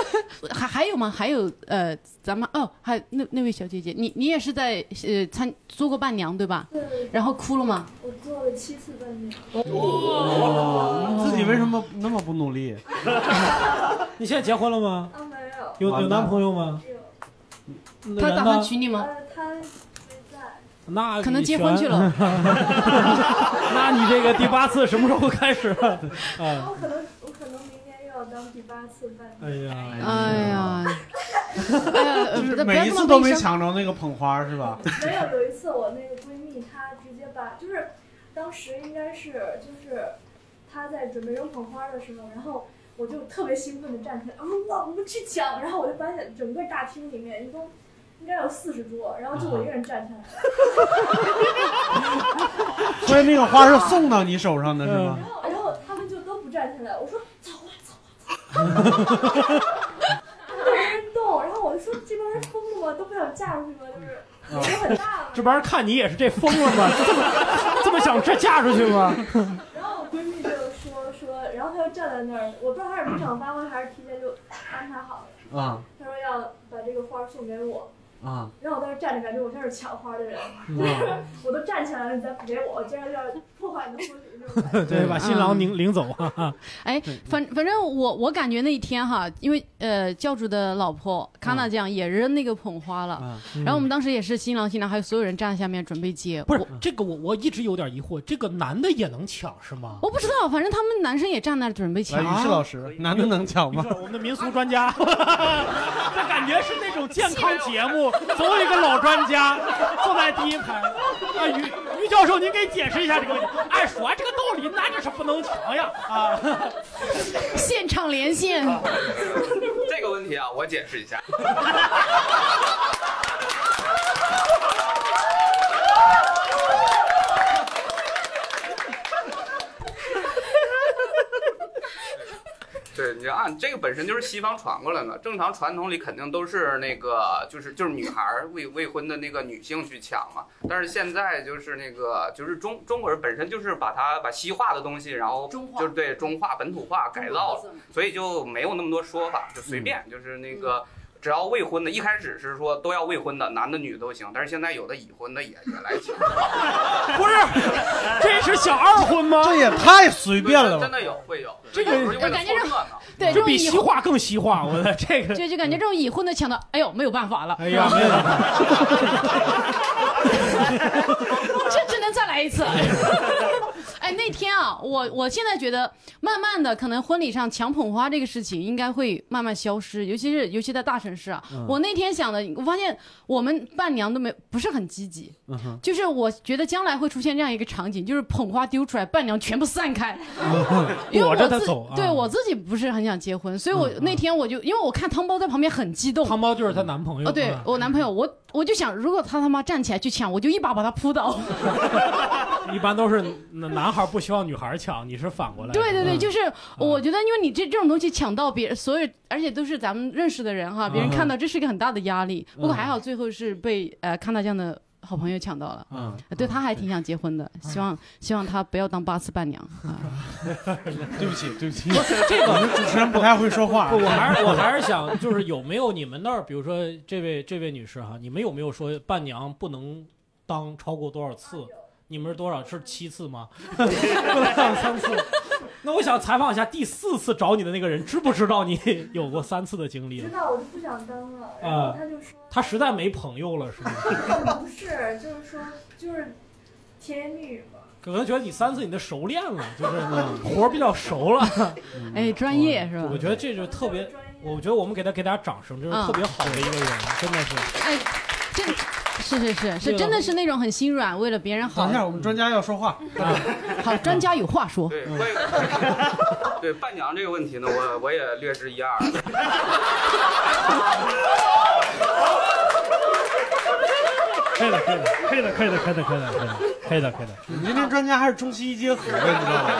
[SPEAKER 2] 还还有吗？还有呃，咱们哦，还那那位小姐姐，你你也是在呃参做过伴娘对吧？然后哭了吗？
[SPEAKER 7] 我做了七次伴娘，
[SPEAKER 3] 嗯
[SPEAKER 4] 你哦自己为什么那么不努力？
[SPEAKER 3] 你现在结婚了吗？
[SPEAKER 7] 啊没有，
[SPEAKER 3] 有
[SPEAKER 4] 完
[SPEAKER 3] 有
[SPEAKER 4] 了
[SPEAKER 3] 男朋友吗？
[SPEAKER 7] 只有
[SPEAKER 3] 那
[SPEAKER 2] 她
[SPEAKER 3] 人
[SPEAKER 2] 打
[SPEAKER 3] 呢
[SPEAKER 2] 算娶你吗？
[SPEAKER 7] 呃他没在。
[SPEAKER 3] 那
[SPEAKER 2] 可能结婚去。了。
[SPEAKER 3] 那你这个第八次什么时候开始？ 啊，
[SPEAKER 7] 我可能我可能明年又要当第八次伴
[SPEAKER 3] 哎呀，
[SPEAKER 2] 哎呀，哎呀，呃
[SPEAKER 4] 就是
[SPEAKER 2] 不不要
[SPEAKER 4] 每一
[SPEAKER 2] 这么
[SPEAKER 4] 次都
[SPEAKER 2] 悲
[SPEAKER 4] 没
[SPEAKER 2] 伤
[SPEAKER 4] 抢着那个捧花是吧？
[SPEAKER 7] 没有，有一次我那个闺蜜她直接把，就是当时应该是就是她在准备扔捧花的时候，然后我就特别兴奋的站起来，我说哇，我们去抢！然后我就发现整个大厅里面一共应该有四十桌，然后就我一个人站起来，
[SPEAKER 4] 所以那个花是送到你手上的是吗？
[SPEAKER 7] 然后然后他们就都不站起来，我说走啊走啊走啊，没有人动，然后我就说这帮人疯了吗？都不想嫁出去吗？就是年龄很大了。
[SPEAKER 3] 这帮人看你也是这疯了吗？这么这么想这嫁出去吗？
[SPEAKER 7] 然后我闺蜜就说说，然后她就站在那儿，我不知道她是临场发挥还是提前就安排好了。
[SPEAKER 4] 啊
[SPEAKER 7] 她说要把这个花儿送给我，
[SPEAKER 4] 啊
[SPEAKER 7] 然后我当时站着，感觉我像是抢花的人，
[SPEAKER 4] 啊！
[SPEAKER 7] 我都站起来了，你再不给我，我竟然要破坏你的婚礼这种感觉。
[SPEAKER 3] 对，把新
[SPEAKER 2] 嗯
[SPEAKER 3] 郎领领走 啊！
[SPEAKER 2] 哎，
[SPEAKER 9] 嗯
[SPEAKER 2] 反反正我我感觉那一天哈，因为呃教主的老婆
[SPEAKER 9] 嗯
[SPEAKER 2] 康纳酱也扔那个捧花了，
[SPEAKER 4] 啊
[SPEAKER 3] 嗯
[SPEAKER 2] 然后我们当时也是新郎新娘还有所有人站在下面准备接，
[SPEAKER 9] 不是
[SPEAKER 2] 我
[SPEAKER 9] 这个我，我一直有点疑惑，这个男的也能抢是吗？啊
[SPEAKER 2] 我不知道，反正他们男生也站那儿准备
[SPEAKER 4] 来，
[SPEAKER 2] 抢。
[SPEAKER 4] 于适老师，男的能抢
[SPEAKER 3] 你
[SPEAKER 4] 吗？
[SPEAKER 3] 说我们的民俗 专家， 这感觉是那种健康节目，总有一个老专家坐在第一排。啊，于于教授，您给解释一下这个问题。按说这个道理，那就是不能强呀啊！
[SPEAKER 2] 现场连线，
[SPEAKER 9] 啊
[SPEAKER 5] 这个问题啊，我解释一下。对，你就按这个本身就是西方传过来的，正常传统里肯定都是那个就是就是女孩儿未未婚的那个女性去抢嘛，但是现在就是那个就是中中国人本身就是把它把西化的东西，然后就是对中化本土化改造了，所以就没有那么多说法，就随
[SPEAKER 4] 嗯
[SPEAKER 5] 便就是那个。只要未婚的，一开始是说都要未婚的，男的女的都行，但是现在有的已婚的也也来抢，
[SPEAKER 3] 不是，这是小二婚吗？
[SPEAKER 4] 这也太随便 了
[SPEAKER 5] 真
[SPEAKER 4] 吧！
[SPEAKER 5] 的有会有，
[SPEAKER 3] 这个
[SPEAKER 5] 就是为了
[SPEAKER 2] 感觉
[SPEAKER 5] 凑
[SPEAKER 2] 这
[SPEAKER 5] 热闹。
[SPEAKER 2] 对这
[SPEAKER 3] 这
[SPEAKER 2] 种
[SPEAKER 3] 比
[SPEAKER 2] 已
[SPEAKER 3] 西
[SPEAKER 2] 婚，
[SPEAKER 3] 化更西化，我 的这个，
[SPEAKER 2] 就就感觉这种已婚的抢到，哎呦没有办法了，
[SPEAKER 3] 哎呀，没有，
[SPEAKER 2] 这只能再来一次。哎，那天啊，我我现在觉得，慢慢的，可能婚礼上抢捧花这个事情应该会慢慢消失，尤其是尤其在大城市啊。
[SPEAKER 3] 嗯
[SPEAKER 2] 我那天想的，我发现我们伴娘都没不是很积极，
[SPEAKER 4] 嗯哼，
[SPEAKER 2] 就是我觉得将来会出现这样一个场景，就是捧花丢出来，伴娘全部散开，因为我
[SPEAKER 3] 躲着
[SPEAKER 2] 自
[SPEAKER 3] 他走啊
[SPEAKER 2] 对我自己不是很想结婚，所以我那天我就因为我看汤包在旁边很激动，
[SPEAKER 9] 嗯汤包就是她男朋友。
[SPEAKER 2] 哦，对
[SPEAKER 9] 嗯
[SPEAKER 2] 我男朋友，我我就想，如果他他妈站起来去抢，我就一把把他扑倒。
[SPEAKER 9] 一般都是男男孩不希望女孩抢，你是反过来的。
[SPEAKER 2] 对对对，
[SPEAKER 9] 嗯
[SPEAKER 2] 就是我觉得，因为你这这种东西抢到别人，所有而且都是咱们认识的人哈，别
[SPEAKER 9] 嗯
[SPEAKER 2] 人看到这是一个很大的压力。不过还好，最后是被呃康大酱的好朋友抢到了。
[SPEAKER 4] 嗯，
[SPEAKER 2] 对，他还挺想结婚的，希
[SPEAKER 9] 嗯
[SPEAKER 2] 望希望他不要当八次伴娘啊。
[SPEAKER 9] 嗯
[SPEAKER 4] 对不起，对 不起，
[SPEAKER 3] 这个
[SPEAKER 4] 我们主持人不太会说话
[SPEAKER 3] 不，。我还是我还是 想，就是有没有你们那儿，比如说这位这位女士哈，你们有没有说伴娘不能当超过多少次？你们是多少？是七次吗？不能当三次。那我想采访一下，第四次找你的那个人，知不知道你有过三次的经历
[SPEAKER 7] 知
[SPEAKER 3] 了？
[SPEAKER 7] 道我就不想当了，然
[SPEAKER 3] 啊
[SPEAKER 7] 后他就说
[SPEAKER 3] 他实在没朋友了，是吗？
[SPEAKER 7] 不是，就是说就是甜言蜜语嘛。
[SPEAKER 3] 可能觉得你三次你的熟练了，
[SPEAKER 4] 嗯
[SPEAKER 3] 就是活儿比较熟了。
[SPEAKER 9] 嗯
[SPEAKER 2] 哎，专业是吧
[SPEAKER 3] 我？觉得这就是特别，我觉得我们给他给大家掌声，这是特别好的一个人，真的是。
[SPEAKER 2] 哎，这是是是
[SPEAKER 3] 这
[SPEAKER 2] 是，
[SPEAKER 3] 个
[SPEAKER 2] 真的是那种很心软，为了别人
[SPEAKER 4] 等
[SPEAKER 2] 好
[SPEAKER 4] 一。下，我们专家要说话。
[SPEAKER 2] 好，专家有话说。
[SPEAKER 5] 对，关于对伴娘这个问题呢，我我也略知一二。啊
[SPEAKER 3] 可以的，可以的，可以的，可以的，可以的，可以的，可以的，可以的。
[SPEAKER 4] 你这专家还是中西医结合的，你知道吗？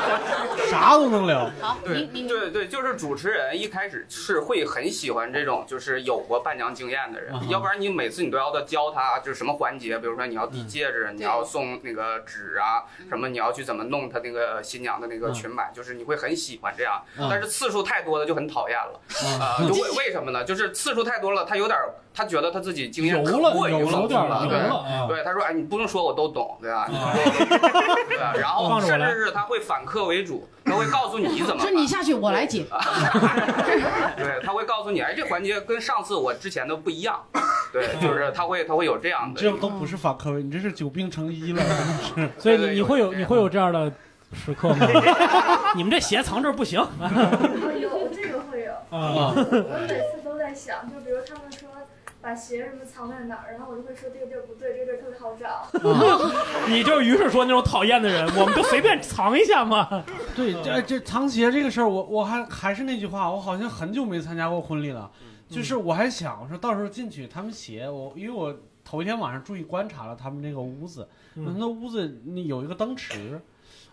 [SPEAKER 4] 啥都能聊。
[SPEAKER 2] 好，
[SPEAKER 5] 对对对，就是主持人一开始是会很喜欢这种就是有过伴娘经验的人
[SPEAKER 4] 嗯，
[SPEAKER 3] 啊
[SPEAKER 4] 哼
[SPEAKER 5] 要不然你每次你都要他教他就是什么环节，比如说你要
[SPEAKER 3] 嗯
[SPEAKER 5] 递戒指，你要送那个纸啊，什么你要去怎么弄他那个新娘的那个
[SPEAKER 4] 嗯
[SPEAKER 5] 裙摆，就是你会很喜欢这样，
[SPEAKER 4] 嗯
[SPEAKER 5] 但是次数太多了就很讨厌了，
[SPEAKER 4] 嗯
[SPEAKER 5] 啊，就为为什么呢？就是次数太多了，他有点儿他觉得他自己经验可
[SPEAKER 3] 油了，
[SPEAKER 5] 过于
[SPEAKER 3] 油
[SPEAKER 5] 丰
[SPEAKER 3] 了，
[SPEAKER 5] 富
[SPEAKER 3] 点
[SPEAKER 5] 了，
[SPEAKER 3] 了，油
[SPEAKER 5] 对。
[SPEAKER 3] 了啊！
[SPEAKER 5] 对，他说：“哎，你不用说，我都懂，对吧？
[SPEAKER 3] 啊
[SPEAKER 5] 对吧？然后
[SPEAKER 3] 放着我
[SPEAKER 5] 甚
[SPEAKER 3] 来
[SPEAKER 5] 至是他会反客 为主，他会告诉你怎么啊
[SPEAKER 2] 是
[SPEAKER 5] 办。
[SPEAKER 2] 你下去，我来解。
[SPEAKER 5] 对，他会告诉你，哎，这环节跟上次我之前的不一样。对，就是他会他嗯会有这样
[SPEAKER 4] 你
[SPEAKER 5] 的
[SPEAKER 4] 这都不是反客为，你这是久病成医了。
[SPEAKER 3] 所以
[SPEAKER 5] 对对
[SPEAKER 3] 你你
[SPEAKER 5] 有
[SPEAKER 3] 会有
[SPEAKER 5] 这
[SPEAKER 3] 你
[SPEAKER 5] 样
[SPEAKER 3] 会有这样的时刻吗？ 你们这鞋藏这儿不 行
[SPEAKER 7] 有这个会有，
[SPEAKER 3] 啊！
[SPEAKER 7] 我每次都在想，就比如他们说把鞋什么藏在哪儿，然后我就会说这个地儿不对，这个地儿特别好找。
[SPEAKER 3] 你就于是说那种讨厌的人，我们就随便藏一下嘛。
[SPEAKER 4] 对，这这藏鞋这个事儿，我我还还是那句话，我好像很久没参加过婚礼了。就是我还想，我说到时候进去，他们鞋我，因为我头一天晚上注意观察了他们那个屋子，
[SPEAKER 3] 嗯
[SPEAKER 4] 他们的屋子那有一个灯池，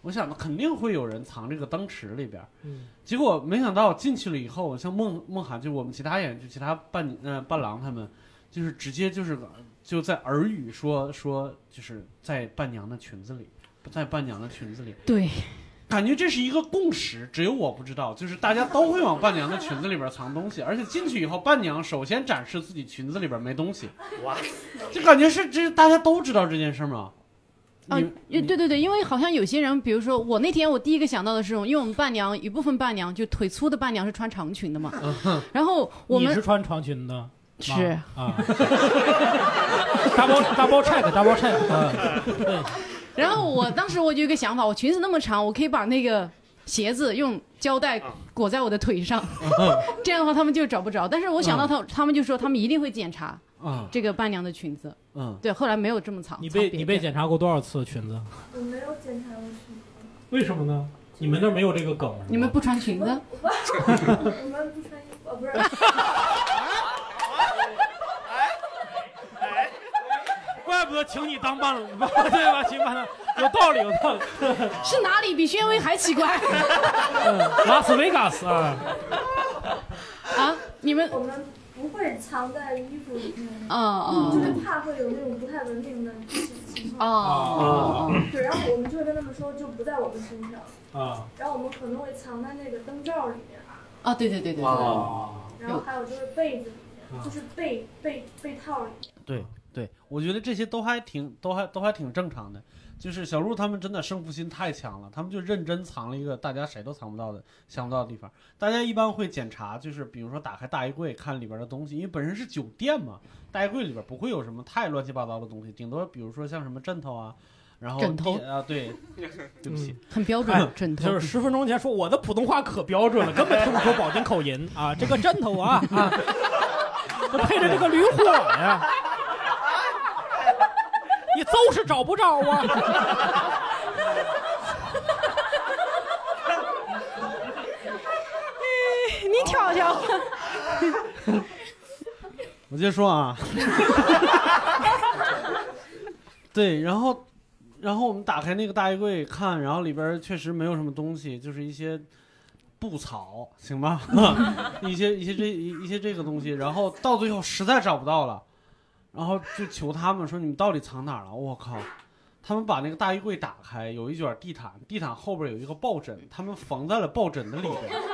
[SPEAKER 4] 我想肯定会有人藏这个灯池里边儿。
[SPEAKER 3] 嗯
[SPEAKER 4] 结果没想到进去了以后，像孟孟涵，就我们其他演员，就其他伴呃伴郎他们，就是直接就是呃就在耳语说说，就是在伴娘的裙子里，在伴娘的裙子里。
[SPEAKER 2] 对，
[SPEAKER 4] 感觉这是一个共识，只有我不知道，就是大家都会往伴娘的裙子里边藏东西，而且进去以后，伴娘首先展示自己裙子里边没东西。
[SPEAKER 6] 哇，
[SPEAKER 4] 这感觉是这大家都知道这件事吗？
[SPEAKER 2] 啊
[SPEAKER 4] 你，
[SPEAKER 2] 对对对对，因为好像有些人，比如说我那天我第一个想到的是，因为我们伴娘一部分伴娘就腿粗的伴娘是穿长裙的嘛，然后我
[SPEAKER 3] 啊你
[SPEAKER 2] 们
[SPEAKER 3] 是穿长裙的吗
[SPEAKER 2] 是
[SPEAKER 3] 啊。 大包大包 check 大包 check 啊！
[SPEAKER 2] 然后我当时我就有一个想法，我裙子那么长，我可以把那个鞋子用胶带裹在我的腿上， 这样的话他们就找不着。但是我想到他，他们就说他们一定会检查
[SPEAKER 4] 啊
[SPEAKER 2] 这个伴娘的裙子。
[SPEAKER 4] 嗯，
[SPEAKER 2] 对，后来没有这么藏。
[SPEAKER 3] 你被
[SPEAKER 2] 藏别
[SPEAKER 3] 你被
[SPEAKER 2] 的
[SPEAKER 3] 检查过多少次裙子？
[SPEAKER 7] 我没有检查过裙子，
[SPEAKER 3] 为什么呢？你们那儿没有这个梗？
[SPEAKER 2] 你们不穿裙子？
[SPEAKER 7] 我们不穿衣服，哦， 不是，
[SPEAKER 3] 怪不得请你当伴郎，对吧？ 请伴郎有道理，有道理。
[SPEAKER 2] 是哪里比宣威还奇怪？
[SPEAKER 3] 嗯，拉斯维加斯啊，
[SPEAKER 2] 啊你们
[SPEAKER 9] 我们不会藏在衣服里面，
[SPEAKER 2] 啊啊
[SPEAKER 9] 就是怕会有那种不太文明的情况。
[SPEAKER 2] 哦
[SPEAKER 9] 对，然后我们就会跟他们说，就不在我们身上，
[SPEAKER 3] 啊
[SPEAKER 9] 然后我们可能会藏在那个灯罩里面，
[SPEAKER 2] 啊，对对对对对，
[SPEAKER 3] 啊！
[SPEAKER 9] 然后还有就是被子里面，就是被被被套里面。
[SPEAKER 4] 对
[SPEAKER 2] 啊
[SPEAKER 4] 对，我觉得这些都还挺都还都还挺正常的。就是小鹿他们真的胜负心太强了，他们就认真藏了一个大家谁都藏不到的、想不到的地方。大家一般会检查，就是比如说打开大衣柜看里边的东西，因为本身是酒店嘛，大衣柜里边不会有什么太乱七八糟的东西，顶多比如说像什么枕头啊，然后
[SPEAKER 2] 枕头
[SPEAKER 4] 地啊，对， 对不起，
[SPEAKER 2] 很标
[SPEAKER 3] 哎
[SPEAKER 2] 准，枕头
[SPEAKER 3] 就是十分钟前说我的普通话可标准了，根本听不出保定口音 啊！这个枕头啊啊，我配着这个驴火呀，你就是找不着啊！
[SPEAKER 2] 你挑挑，
[SPEAKER 4] 我接着说啊，对，然后，然后我们打开那个大衣柜看，然后里边儿确实没有什么东西，就是一些布草，行吧， 一些一些这一一些这个东西，然后到最后实在找不到了，然后就求他们说你们到底藏哪儿了？我靠！他们把那个大衣柜打开，有一卷地毯，地毯后边有一个抱枕，他们缝在了抱枕的里边。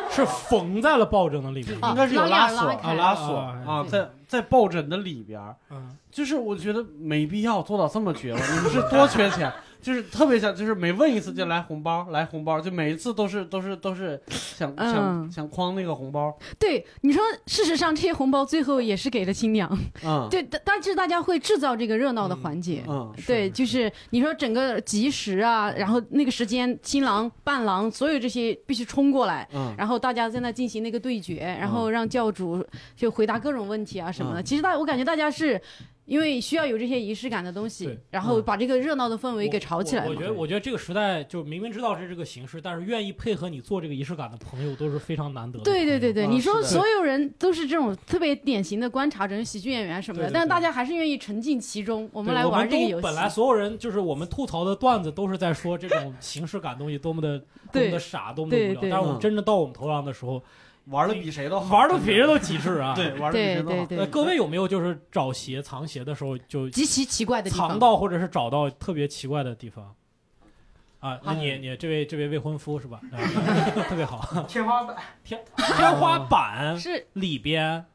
[SPEAKER 3] 是缝在了抱枕的里面。
[SPEAKER 2] 啊
[SPEAKER 4] 应该是有
[SPEAKER 2] 拉链
[SPEAKER 4] 锁
[SPEAKER 2] 拉
[SPEAKER 4] 啊，
[SPEAKER 2] 开
[SPEAKER 4] 拉锁
[SPEAKER 3] 啊
[SPEAKER 4] 啊，
[SPEAKER 2] 对
[SPEAKER 4] 在在抱枕的里边儿
[SPEAKER 3] 嗯，
[SPEAKER 4] 就是我觉得没必要做到这么绝了。你们是多缺钱？就是特别想，就是每问一次就来红包，来红包，就每一次都是都是都是想想
[SPEAKER 2] 嗯
[SPEAKER 4] 想框那个红包，
[SPEAKER 2] 对你说，事实上这些红包最后也是给了新娘，
[SPEAKER 4] 嗯
[SPEAKER 2] 对，但但是大家会制造这个热闹的环节，
[SPEAKER 4] 嗯，
[SPEAKER 2] 对，就是你说整个集时啊，然后那个时间，新郎、伴郎，所有这些必须冲过来，
[SPEAKER 4] 嗯
[SPEAKER 2] 然后大家在那进行那个对决，然后让教主就回答各种问题啊什么的。
[SPEAKER 4] 嗯
[SPEAKER 2] 其实大，我感觉大家是因为需要有这些仪式感的东西
[SPEAKER 3] 对，
[SPEAKER 2] 然后
[SPEAKER 4] 嗯
[SPEAKER 2] 把这个热闹的氛围
[SPEAKER 3] 我
[SPEAKER 2] 给炒起来
[SPEAKER 3] 我我
[SPEAKER 2] 嘛。
[SPEAKER 3] 觉得，我觉得这个时代就是明明知道是这个形式，但是愿意配合你做这个仪式感的朋友都是非常难得的。
[SPEAKER 2] 对对对对，
[SPEAKER 4] 啊
[SPEAKER 2] 你
[SPEAKER 4] 是
[SPEAKER 2] 说
[SPEAKER 4] 的
[SPEAKER 2] 所有人都是这种特别典型的观察者、喜剧演员什么的，
[SPEAKER 3] 对对对
[SPEAKER 2] 但大家还是愿意沉浸其中。我
[SPEAKER 3] 我
[SPEAKER 2] 们来玩这个游
[SPEAKER 3] 都
[SPEAKER 2] 戏
[SPEAKER 3] 本，来所有人就是我们吐槽的段子都是在说这种形式感东西多么的多么的
[SPEAKER 2] 对
[SPEAKER 3] 傻，多么的无
[SPEAKER 2] 对
[SPEAKER 3] 聊。
[SPEAKER 2] 对
[SPEAKER 3] 但是我们真正到我们头上的时候，
[SPEAKER 4] 玩的比谁都好，
[SPEAKER 3] 玩的比人都极致啊！
[SPEAKER 4] 对，玩的比
[SPEAKER 2] 对
[SPEAKER 4] 谁都
[SPEAKER 2] 对
[SPEAKER 4] 好。
[SPEAKER 3] 呃，
[SPEAKER 2] 对，
[SPEAKER 3] 各位有没有就是找鞋藏鞋的时候就
[SPEAKER 2] 极其奇怪的地
[SPEAKER 3] 藏
[SPEAKER 2] 方。
[SPEAKER 3] 到或者是找到特别奇怪的地方？啊，那
[SPEAKER 2] 啊
[SPEAKER 3] 你你这位这位未婚夫是吧？啊 特别 好，
[SPEAKER 5] 天花板
[SPEAKER 3] 天花
[SPEAKER 4] 哦
[SPEAKER 3] 板
[SPEAKER 2] 是
[SPEAKER 3] 里边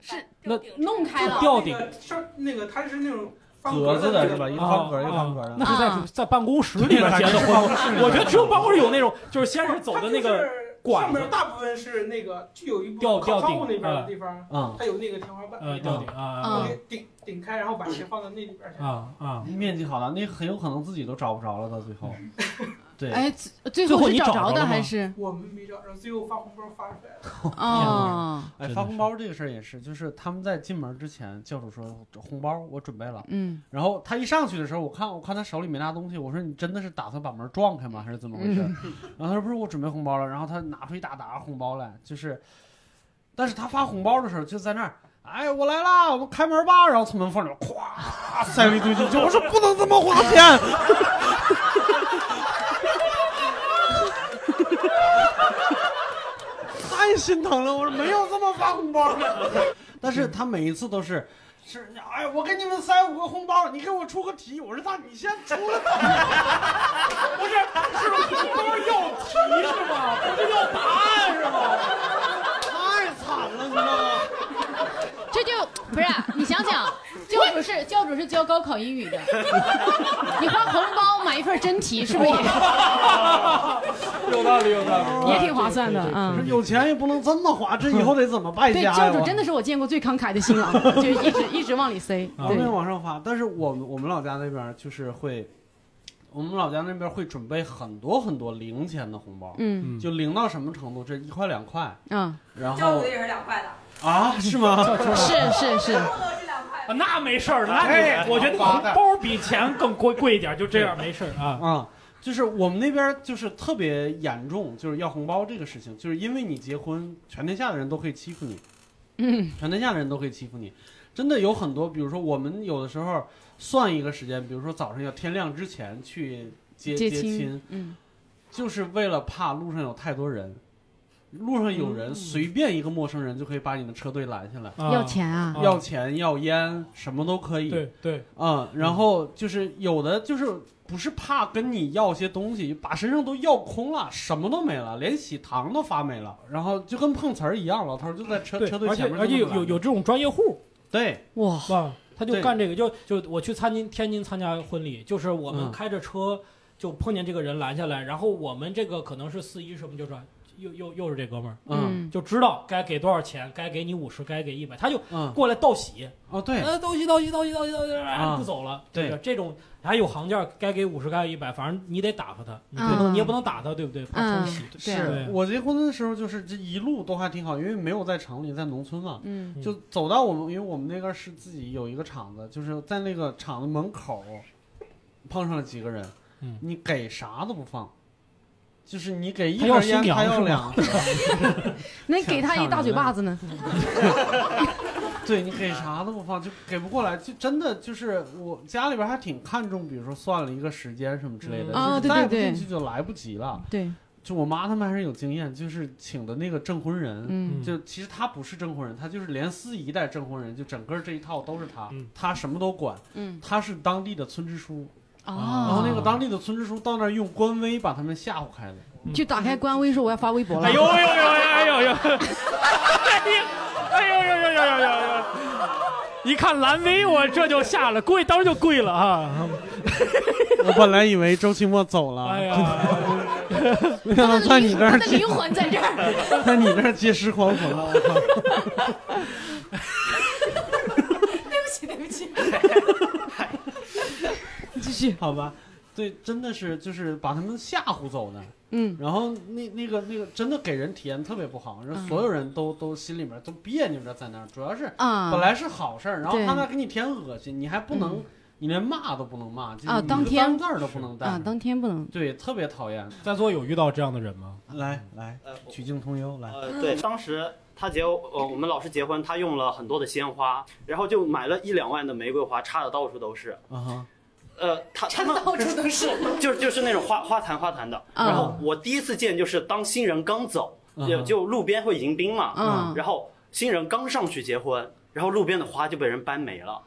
[SPEAKER 2] 是
[SPEAKER 3] 那
[SPEAKER 2] 弄开了，啊
[SPEAKER 3] 吊顶
[SPEAKER 5] 是那个，它是那种
[SPEAKER 4] 格子的是吧？一个方格一个方格
[SPEAKER 3] 啊
[SPEAKER 4] 的
[SPEAKER 3] 那，是在
[SPEAKER 2] 啊
[SPEAKER 3] 在办公室里边结的婚。我觉得只有办公室有那种，就是先是走的那个管子
[SPEAKER 5] 大部分是那个就有一部
[SPEAKER 3] 吊吊顶，呃
[SPEAKER 5] 地方，
[SPEAKER 4] 嗯，
[SPEAKER 5] 它有那个天花板，
[SPEAKER 3] 呃吊顶啊
[SPEAKER 2] 嗯，
[SPEAKER 5] 顶顶开，然后把鞋放到那里边
[SPEAKER 3] 啊啊！
[SPEAKER 4] 面积好大，那很有可能自己都找不着了，到最后。对，
[SPEAKER 2] 哎，最
[SPEAKER 3] 最
[SPEAKER 2] 最
[SPEAKER 3] 后
[SPEAKER 2] 后是
[SPEAKER 3] 你找
[SPEAKER 2] 找
[SPEAKER 3] 着
[SPEAKER 2] 着
[SPEAKER 3] 了
[SPEAKER 2] 的
[SPEAKER 3] 吗
[SPEAKER 2] 还是
[SPEAKER 5] 我们没找着，最后发红包发出来 了。
[SPEAKER 2] 哦，
[SPEAKER 4] 哎，
[SPEAKER 3] 真的
[SPEAKER 4] 发红
[SPEAKER 3] 是
[SPEAKER 4] 包这个事儿也是，就是他们在进门之前，教主说红包我准备了。
[SPEAKER 2] 嗯，
[SPEAKER 4] 然后他一上去的时候，我看我看他手里没拿东西，我说你真的是打算把门撞开吗？还是怎么回事？
[SPEAKER 2] 嗯
[SPEAKER 4] 然后他说不是，我准备红包了。然后他拿出一大沓红包来，就是，但是他发红包的时候就在那儿，哎，我来啦，我们开门吧。然后从门缝里咵塞了一堆进去，我说不能这么花钱。太心疼了，我说没有这么发红包的， 但是他每一次都是。是，哎，我给你们塞五个红包，你给我出个题。我说那你先出个题，
[SPEAKER 3] 不是，是红包要题是吗？不是要答案是吗？
[SPEAKER 4] 太惨了，你知道吗？
[SPEAKER 2] 这就不是啊你想想，教主是教主是教高考英语的，你花红包买一份真题，是不 是也
[SPEAKER 3] 有道理，有道理。
[SPEAKER 2] 也挺划算的？
[SPEAKER 4] 我说
[SPEAKER 2] 嗯，
[SPEAKER 4] 有钱也不能这么花，这以后得怎么败
[SPEAKER 2] 对，
[SPEAKER 4] 家呀？
[SPEAKER 9] 哎
[SPEAKER 2] 教主
[SPEAKER 4] 我
[SPEAKER 2] 真的是我见过最慷慨的新郎，就一直一直往里塞。
[SPEAKER 9] 啊
[SPEAKER 4] 我没
[SPEAKER 2] 对
[SPEAKER 4] 有，往上发，但是我们我们老家那边就是会，我们老家那边会准备很多很多零钱的红包，
[SPEAKER 2] 嗯
[SPEAKER 4] 就零到什么程度？这一块两块，
[SPEAKER 2] 啊，
[SPEAKER 4] 然
[SPEAKER 10] 教
[SPEAKER 4] 后
[SPEAKER 10] 主也是两块的，
[SPEAKER 4] 啊，是吗？
[SPEAKER 2] 是是是，
[SPEAKER 10] 差不多是两块
[SPEAKER 3] 啊，。那没事儿，那
[SPEAKER 4] 哎
[SPEAKER 3] 你我觉得红包比钱更贵贵一点，就这样没事儿啊。
[SPEAKER 4] 啊、就是我们那边就是特别严重，就是要红包这个事情，就是因为你结婚，全天下的人都可以欺负你，
[SPEAKER 2] 嗯
[SPEAKER 4] 全天下的人都可以欺负你。真的有很多，比如说我们有的时候算一个时间，比如说早上要天亮之前去接
[SPEAKER 2] 接
[SPEAKER 4] 亲，
[SPEAKER 2] 嗯，
[SPEAKER 4] 就是为了怕路上有太多人。路上有
[SPEAKER 3] 嗯
[SPEAKER 4] 人，随便一个陌生人就可以把你的车队拦下来，
[SPEAKER 2] 啊要钱啊
[SPEAKER 4] 要钱要烟，什么都可以。
[SPEAKER 3] 对对，
[SPEAKER 4] 嗯，然后就是有的就是不是怕跟你要些东西，把身上都要空了，什么都没了，连喜糖都发没了，然后就跟碰瓷儿一样，老头儿就在车
[SPEAKER 3] 对
[SPEAKER 4] 车队
[SPEAKER 3] 而且
[SPEAKER 4] 前面就
[SPEAKER 3] 而且
[SPEAKER 4] 这
[SPEAKER 3] 有
[SPEAKER 4] 么
[SPEAKER 3] 有有
[SPEAKER 4] 拦
[SPEAKER 3] 这种专业户，
[SPEAKER 4] 对
[SPEAKER 2] 哇
[SPEAKER 3] 哇，他就
[SPEAKER 4] 对
[SPEAKER 3] 干这个，就就我去参津天津参加婚礼，就是我们
[SPEAKER 4] 嗯
[SPEAKER 3] 开着车就碰见这个人拦下来，然后我们这个可能是司仪什么就说。又又又是这哥们儿，
[SPEAKER 4] 嗯
[SPEAKER 3] 就知道该给多少钱，该给你五十，该给一百，他就
[SPEAKER 4] 嗯
[SPEAKER 3] 过来道喜，
[SPEAKER 4] 哦对
[SPEAKER 3] 呃，道喜道喜道喜道喜道喜，哎
[SPEAKER 4] 啊
[SPEAKER 3] 不走了。
[SPEAKER 4] 对
[SPEAKER 3] 这个这种还有行价，该给五十，该给一百，反正你得打发他，你不
[SPEAKER 2] 嗯
[SPEAKER 3] 能你也不能打他，对不对？怕冲喜。
[SPEAKER 4] 嗯是我结婚的时候，就是这一路都还挺好，因为没有在城里，在农村嘛，
[SPEAKER 2] 嗯
[SPEAKER 4] 就走到我们，因为我们那边是自己有一个厂子，就是在那个厂子门口碰上了几个人，
[SPEAKER 3] 嗯
[SPEAKER 4] 你给啥都不放，就是你给一
[SPEAKER 3] 他要
[SPEAKER 4] 根
[SPEAKER 3] 新
[SPEAKER 4] 烟，
[SPEAKER 3] 娘
[SPEAKER 4] 他
[SPEAKER 3] 是
[SPEAKER 4] 要
[SPEAKER 3] 吗
[SPEAKER 4] 两根，
[SPEAKER 2] 那给他一大嘴巴子呢？
[SPEAKER 4] 对你给啥都不放，就给不过来，就真的就是我家里边还挺看重，比如说算了一个时间什么之类
[SPEAKER 2] 嗯
[SPEAKER 4] 的，
[SPEAKER 2] 啊
[SPEAKER 4] 就是
[SPEAKER 2] 对
[SPEAKER 4] 再不
[SPEAKER 2] 对
[SPEAKER 4] 进
[SPEAKER 2] 对
[SPEAKER 4] 去就来不及了。
[SPEAKER 2] 对，
[SPEAKER 4] 就我妈他们还是有经验，就是请的那个证婚人，
[SPEAKER 2] 嗯
[SPEAKER 4] 就其实他不是证婚人，他就是连司仪带证婚人，就整个这一套都是他，
[SPEAKER 3] 嗯
[SPEAKER 4] 他什么都管，
[SPEAKER 2] 嗯
[SPEAKER 4] 他是当地的村支书，然后
[SPEAKER 2] 哦，
[SPEAKER 4] 那个当地的村支书到那儿用官威把他们吓唬开的，
[SPEAKER 2] 就打开官微说我要发微博了。
[SPEAKER 9] 嗯哎呦呦呦呦呦呦呦！哎呦呦呦呦呦呦呦！一看蓝威，我这就下了，跪当时就跪了啊！
[SPEAKER 4] 我本来以为周奇墨走了，
[SPEAKER 3] 哎呀，
[SPEAKER 4] 没想到在你这儿
[SPEAKER 2] 他的
[SPEAKER 4] 接
[SPEAKER 2] 灵，魂在这儿。
[SPEAKER 4] 在你这儿接尸啊还魂了，我靠！
[SPEAKER 2] 对不起，对不起。 继续，
[SPEAKER 4] 好吧，对，真的是就是把他们吓唬走的。
[SPEAKER 2] 嗯
[SPEAKER 4] 然后那那个那个真的给人体验特别不好，然
[SPEAKER 2] 嗯
[SPEAKER 4] 后所有人都、都心里面都别扭着在那儿，主要是
[SPEAKER 2] 啊，
[SPEAKER 4] 本来是好事儿，然后
[SPEAKER 2] 对
[SPEAKER 4] 他那给你添恶心，你还不能，
[SPEAKER 2] 嗯
[SPEAKER 4] 你连骂都不能骂，就是
[SPEAKER 2] 啊
[SPEAKER 4] 你
[SPEAKER 2] 当
[SPEAKER 4] 个
[SPEAKER 2] 天
[SPEAKER 4] 单字儿都不能带，
[SPEAKER 2] 啊，当天不能。
[SPEAKER 4] 对，特别讨厌。
[SPEAKER 3] 在座有遇到这样的人吗？
[SPEAKER 4] 来来，
[SPEAKER 6] 呃，我
[SPEAKER 4] 曲径通幽，来，
[SPEAKER 6] 呃， 对，当时他结呃我们老师结婚，他用了很多的鲜花，然后就买了一两万的玫瑰花，插的到处都是。
[SPEAKER 2] 啊
[SPEAKER 4] 嗯哼，
[SPEAKER 6] 呃，他他们
[SPEAKER 2] 到处都是，
[SPEAKER 6] 就是就是那种花花坛花坛的。
[SPEAKER 2] 嗯
[SPEAKER 6] 然后我第一次见就是当新人刚走，
[SPEAKER 4] 嗯
[SPEAKER 6] 就
[SPEAKER 4] 哼
[SPEAKER 6] 就路边会迎宾嘛，
[SPEAKER 2] 嗯
[SPEAKER 6] 然后新人刚上去结婚，然后路边的花就被人搬没
[SPEAKER 4] 哦
[SPEAKER 6] 了。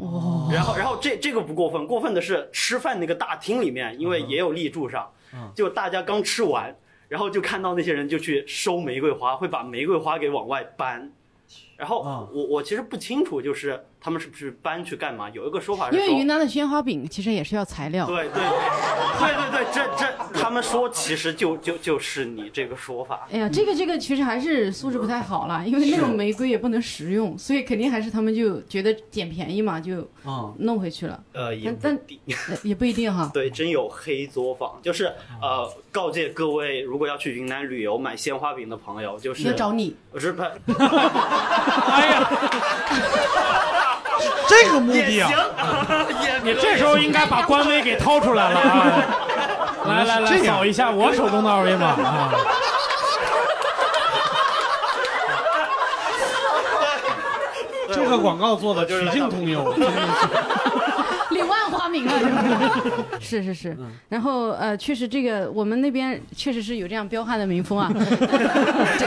[SPEAKER 2] 哇，
[SPEAKER 6] 然后，然后这这个不过分，过分的是吃饭那个大厅里面，因为也有立柱上
[SPEAKER 2] 啊
[SPEAKER 4] 嗯，
[SPEAKER 6] 就大家刚吃完，然后就看到那些人就去收玫瑰花，会把玫瑰花给往外搬。然后
[SPEAKER 4] 嗯
[SPEAKER 6] 我我其实不清楚，就是他们是不是搬去干嘛？有一个说法是
[SPEAKER 2] 因
[SPEAKER 6] 说，
[SPEAKER 2] 为云南的鲜花饼其实也是要材料。
[SPEAKER 6] 对对对对对，这这他们说其实就就就是你这个说法。
[SPEAKER 2] 哎呀，这个这个其实还是素质不太好啦，因为那种玫瑰也不能食用，所以肯定还是他们就觉得捡便宜嘛，就
[SPEAKER 4] 嗯
[SPEAKER 2] 弄回去了，
[SPEAKER 6] 哦呃，也
[SPEAKER 2] 但但
[SPEAKER 6] 不一定
[SPEAKER 2] 呃也不一定 哈。
[SPEAKER 6] 对，真有黑作坊，就是
[SPEAKER 4] 嗯
[SPEAKER 6] 呃，告诫各位如果要去云南旅游买鲜花饼的朋友，就是
[SPEAKER 2] 要找你，
[SPEAKER 6] 我 是拍
[SPEAKER 9] 哎呀，
[SPEAKER 4] 这个目的啊，
[SPEAKER 6] 行，
[SPEAKER 9] 你这时候应该把官微给掏出来了 啊！来来来，
[SPEAKER 4] 这样
[SPEAKER 9] 扫一下我手中的二维码 啊！
[SPEAKER 4] 这个广告做的曲径通幽，啊
[SPEAKER 2] 柳暗花明了。是是是，然后呃，确实这个我们那边确实是有这样彪悍的民风啊，这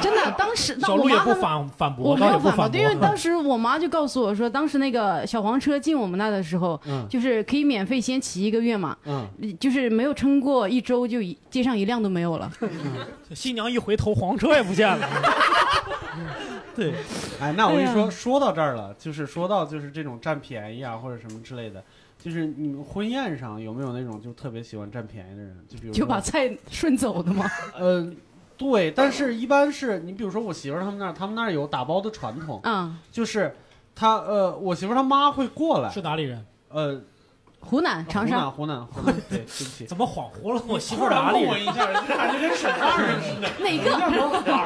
[SPEAKER 2] 真的。当时那
[SPEAKER 9] 小
[SPEAKER 2] 我
[SPEAKER 9] 鹿也
[SPEAKER 2] 妈
[SPEAKER 9] 不
[SPEAKER 2] 他们。
[SPEAKER 9] 反反驳，
[SPEAKER 2] 我没
[SPEAKER 9] 倒也
[SPEAKER 2] 有
[SPEAKER 9] 不
[SPEAKER 2] 反驳，
[SPEAKER 9] 反驳
[SPEAKER 2] 对，因为当 时我妈就告诉我说，当时那个小黄车进我们那的时候，
[SPEAKER 4] 嗯
[SPEAKER 2] 就是可以免费先骑一个月嘛，
[SPEAKER 4] 嗯，
[SPEAKER 2] 就是没有撑过一周，就一街上一辆都没有了。
[SPEAKER 9] 新娘一回头，黄车也不见 了。对，
[SPEAKER 4] 哎，那我跟你
[SPEAKER 2] 哎
[SPEAKER 4] 说，
[SPEAKER 2] 呀
[SPEAKER 4] 说到这儿了，就是说到就是这种占便宜啊，或者什么之类的，就是你们婚宴上有没有那种就特别喜欢占便宜的人？就比如
[SPEAKER 2] 就
[SPEAKER 4] 说
[SPEAKER 2] 把菜顺走的嘛。
[SPEAKER 4] 呃，对，但是一般是你比如说我媳妇儿他们那儿，他们那儿有打包的传统，
[SPEAKER 2] 啊，
[SPEAKER 4] 就是她呃，我媳妇儿她妈会过来，
[SPEAKER 3] 是哪里人？
[SPEAKER 4] 呃，啊
[SPEAKER 2] 湖南长
[SPEAKER 4] 湖
[SPEAKER 2] 沙，
[SPEAKER 4] 南湖南湖 南，对，对不起。
[SPEAKER 3] 怎么恍惚了？我媳妇儿 哪里人？
[SPEAKER 4] 一下，感觉跟沈大人似
[SPEAKER 2] 哪个？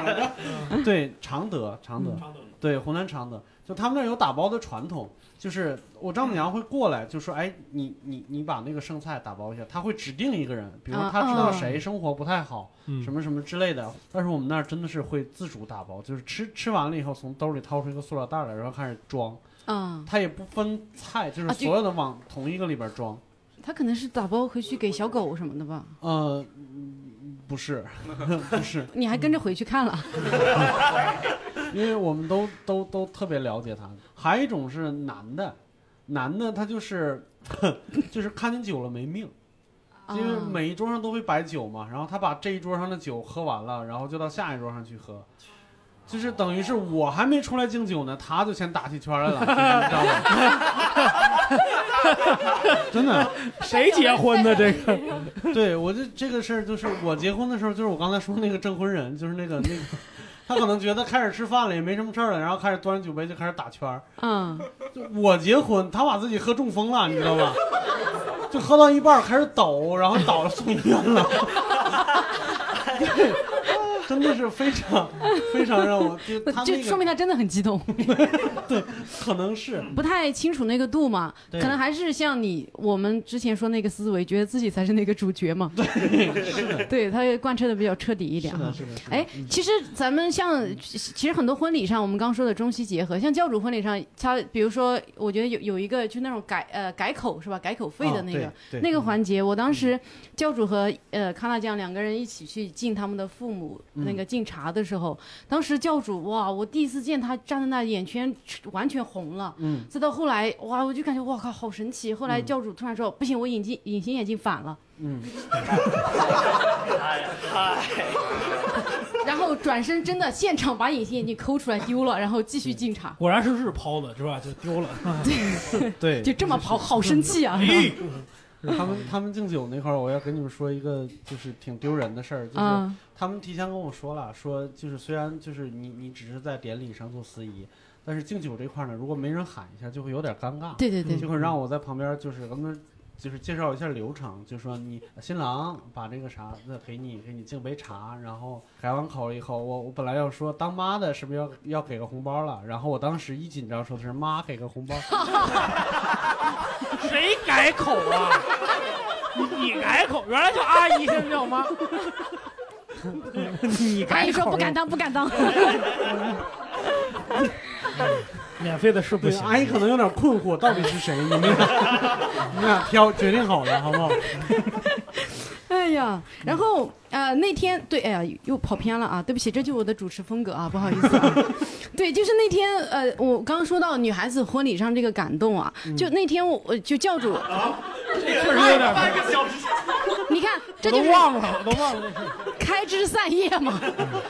[SPEAKER 4] 的。对，常德，嗯常德，对，湖南常德，就他们那儿有打包的传统，就是我丈母娘会过来就说，哎，你你你把那个剩菜打包一下，她会指定一个人，比如
[SPEAKER 2] 啊
[SPEAKER 4] 她知道
[SPEAKER 2] 啊
[SPEAKER 4] 谁生活不太好，
[SPEAKER 3] 嗯
[SPEAKER 4] 什么什么之类的。但是我们那儿真的是会自主打包，就是吃吃完了以后，从兜里掏出一个塑料袋来，然后开始装。
[SPEAKER 2] 啊，
[SPEAKER 4] 它也不分菜，就是
[SPEAKER 2] 啊就
[SPEAKER 4] 所有的往同一个里边装。
[SPEAKER 2] 他可能是打包回去给小狗什么的吧？
[SPEAKER 4] 呃，不是， 不是，
[SPEAKER 2] 你还跟着回去看了？
[SPEAKER 4] 因为我们都都都特别了解他。还有一种是男的，男的他就是 就是看你酒了没命，因为
[SPEAKER 2] 啊
[SPEAKER 4] 每一桌上都会摆酒嘛，然后他把这一桌上的酒喝完了，然后就到下一桌上去喝。就是等于是我还没出来敬酒呢，他就先打起圈来了，你知道吗？ 真的，
[SPEAKER 9] 谁结婚的这个？
[SPEAKER 4] 对我这这个事儿，就是我结婚的时候，就是我刚才说那个证婚人，就是那个那个，他可能觉得开始吃饭了也没什么事儿了，然后开始端着酒杯就开始打圈儿。
[SPEAKER 2] 嗯，
[SPEAKER 4] 就我结婚，他把自己喝中风了，你知道吧？就喝到一半儿开始抖，然后倒了送医院 了。对真的是非常非常让我就他
[SPEAKER 2] 就
[SPEAKER 4] 那
[SPEAKER 2] 说
[SPEAKER 4] 个嗯
[SPEAKER 2] 明他真的很激动，
[SPEAKER 4] 可能是
[SPEAKER 2] 不太清楚那个度嘛，
[SPEAKER 4] 对
[SPEAKER 2] 可能还是像你我们之前说那个思维，觉得自己才是那个主角嘛。 对，他也贯彻的比较彻底一点
[SPEAKER 4] 是
[SPEAKER 2] 哈
[SPEAKER 4] 的，。是的，是的嗯
[SPEAKER 2] 哎，其实咱们像，其其实很多婚礼上，我们刚说的中西结合，像教主婚礼上，他比如说，我觉得有有一个就那种改呃改口是吧，改口费的那个、
[SPEAKER 4] 啊对对嗯
[SPEAKER 2] 那个环节，我当时教主和呃康纳酱两个人一起去敬他们的父母、
[SPEAKER 4] 嗯
[SPEAKER 2] 那个敬茶的时候，当时教主哇，我第一次见他站在那眼圈完全红了，
[SPEAKER 4] 嗯，
[SPEAKER 2] 再到后来哇，我就感觉哇靠，好神奇。后来教主突然说、不行，我隐形隐形眼镜反了，
[SPEAKER 4] 嗯，
[SPEAKER 2] 哎然后转身真的现场把隐形眼镜抠出来丢了，然后继续敬茶。
[SPEAKER 3] 果然是日抛的是吧？就 丢了。
[SPEAKER 4] 对，
[SPEAKER 2] 嗯
[SPEAKER 4] 哎
[SPEAKER 2] 就这么跑，好生气 啊！
[SPEAKER 3] 哎
[SPEAKER 4] 他们他们敬酒那块儿，我要跟你们说一个就是挺丢人的事儿，就是
[SPEAKER 2] 啊，
[SPEAKER 4] 他们提前跟我说了，说就是虽然就是你你只是在典礼上做司仪，但是敬酒这块儿呢，如果没人喊一下，就会有点尴尬，
[SPEAKER 2] 对对对，
[SPEAKER 4] 就会让我在旁边就是跟他们就是介绍一下流程，就说你新郎把这个啥那给你给你敬杯茶，然后改完口以后，我我本来要说当妈的是不是要要给个红包了，然后我当时一紧张说的是妈给个红包，
[SPEAKER 9] 谁改口啊？ 你改口，原来叫阿姨，现在叫妈。
[SPEAKER 3] 你
[SPEAKER 2] 阿
[SPEAKER 3] 改
[SPEAKER 2] 哎姨说
[SPEAKER 3] 口
[SPEAKER 2] 不敢当，不敢当。
[SPEAKER 3] 免费的是不
[SPEAKER 4] 对
[SPEAKER 3] 行。
[SPEAKER 4] 阿姨可能有点困 惑，到底是谁？你们俩你们俩挑决定好了好不好？
[SPEAKER 2] 哎呀，然后呃那天对，哎呀又跑偏了啊，对不起，这就是我的主持风格啊，不好意思啊。 对，就是那天呃，我刚刚说到女孩子婚礼上这个感动啊，
[SPEAKER 3] 嗯
[SPEAKER 2] 就那天我我就教主，
[SPEAKER 3] 啊确实有点
[SPEAKER 6] 半个小时，
[SPEAKER 2] 你看这
[SPEAKER 3] 我
[SPEAKER 2] 就
[SPEAKER 3] 都
[SPEAKER 2] 是
[SPEAKER 3] 忘了，我都忘了。
[SPEAKER 2] 开枝散叶嘛。
[SPEAKER 7] 嗯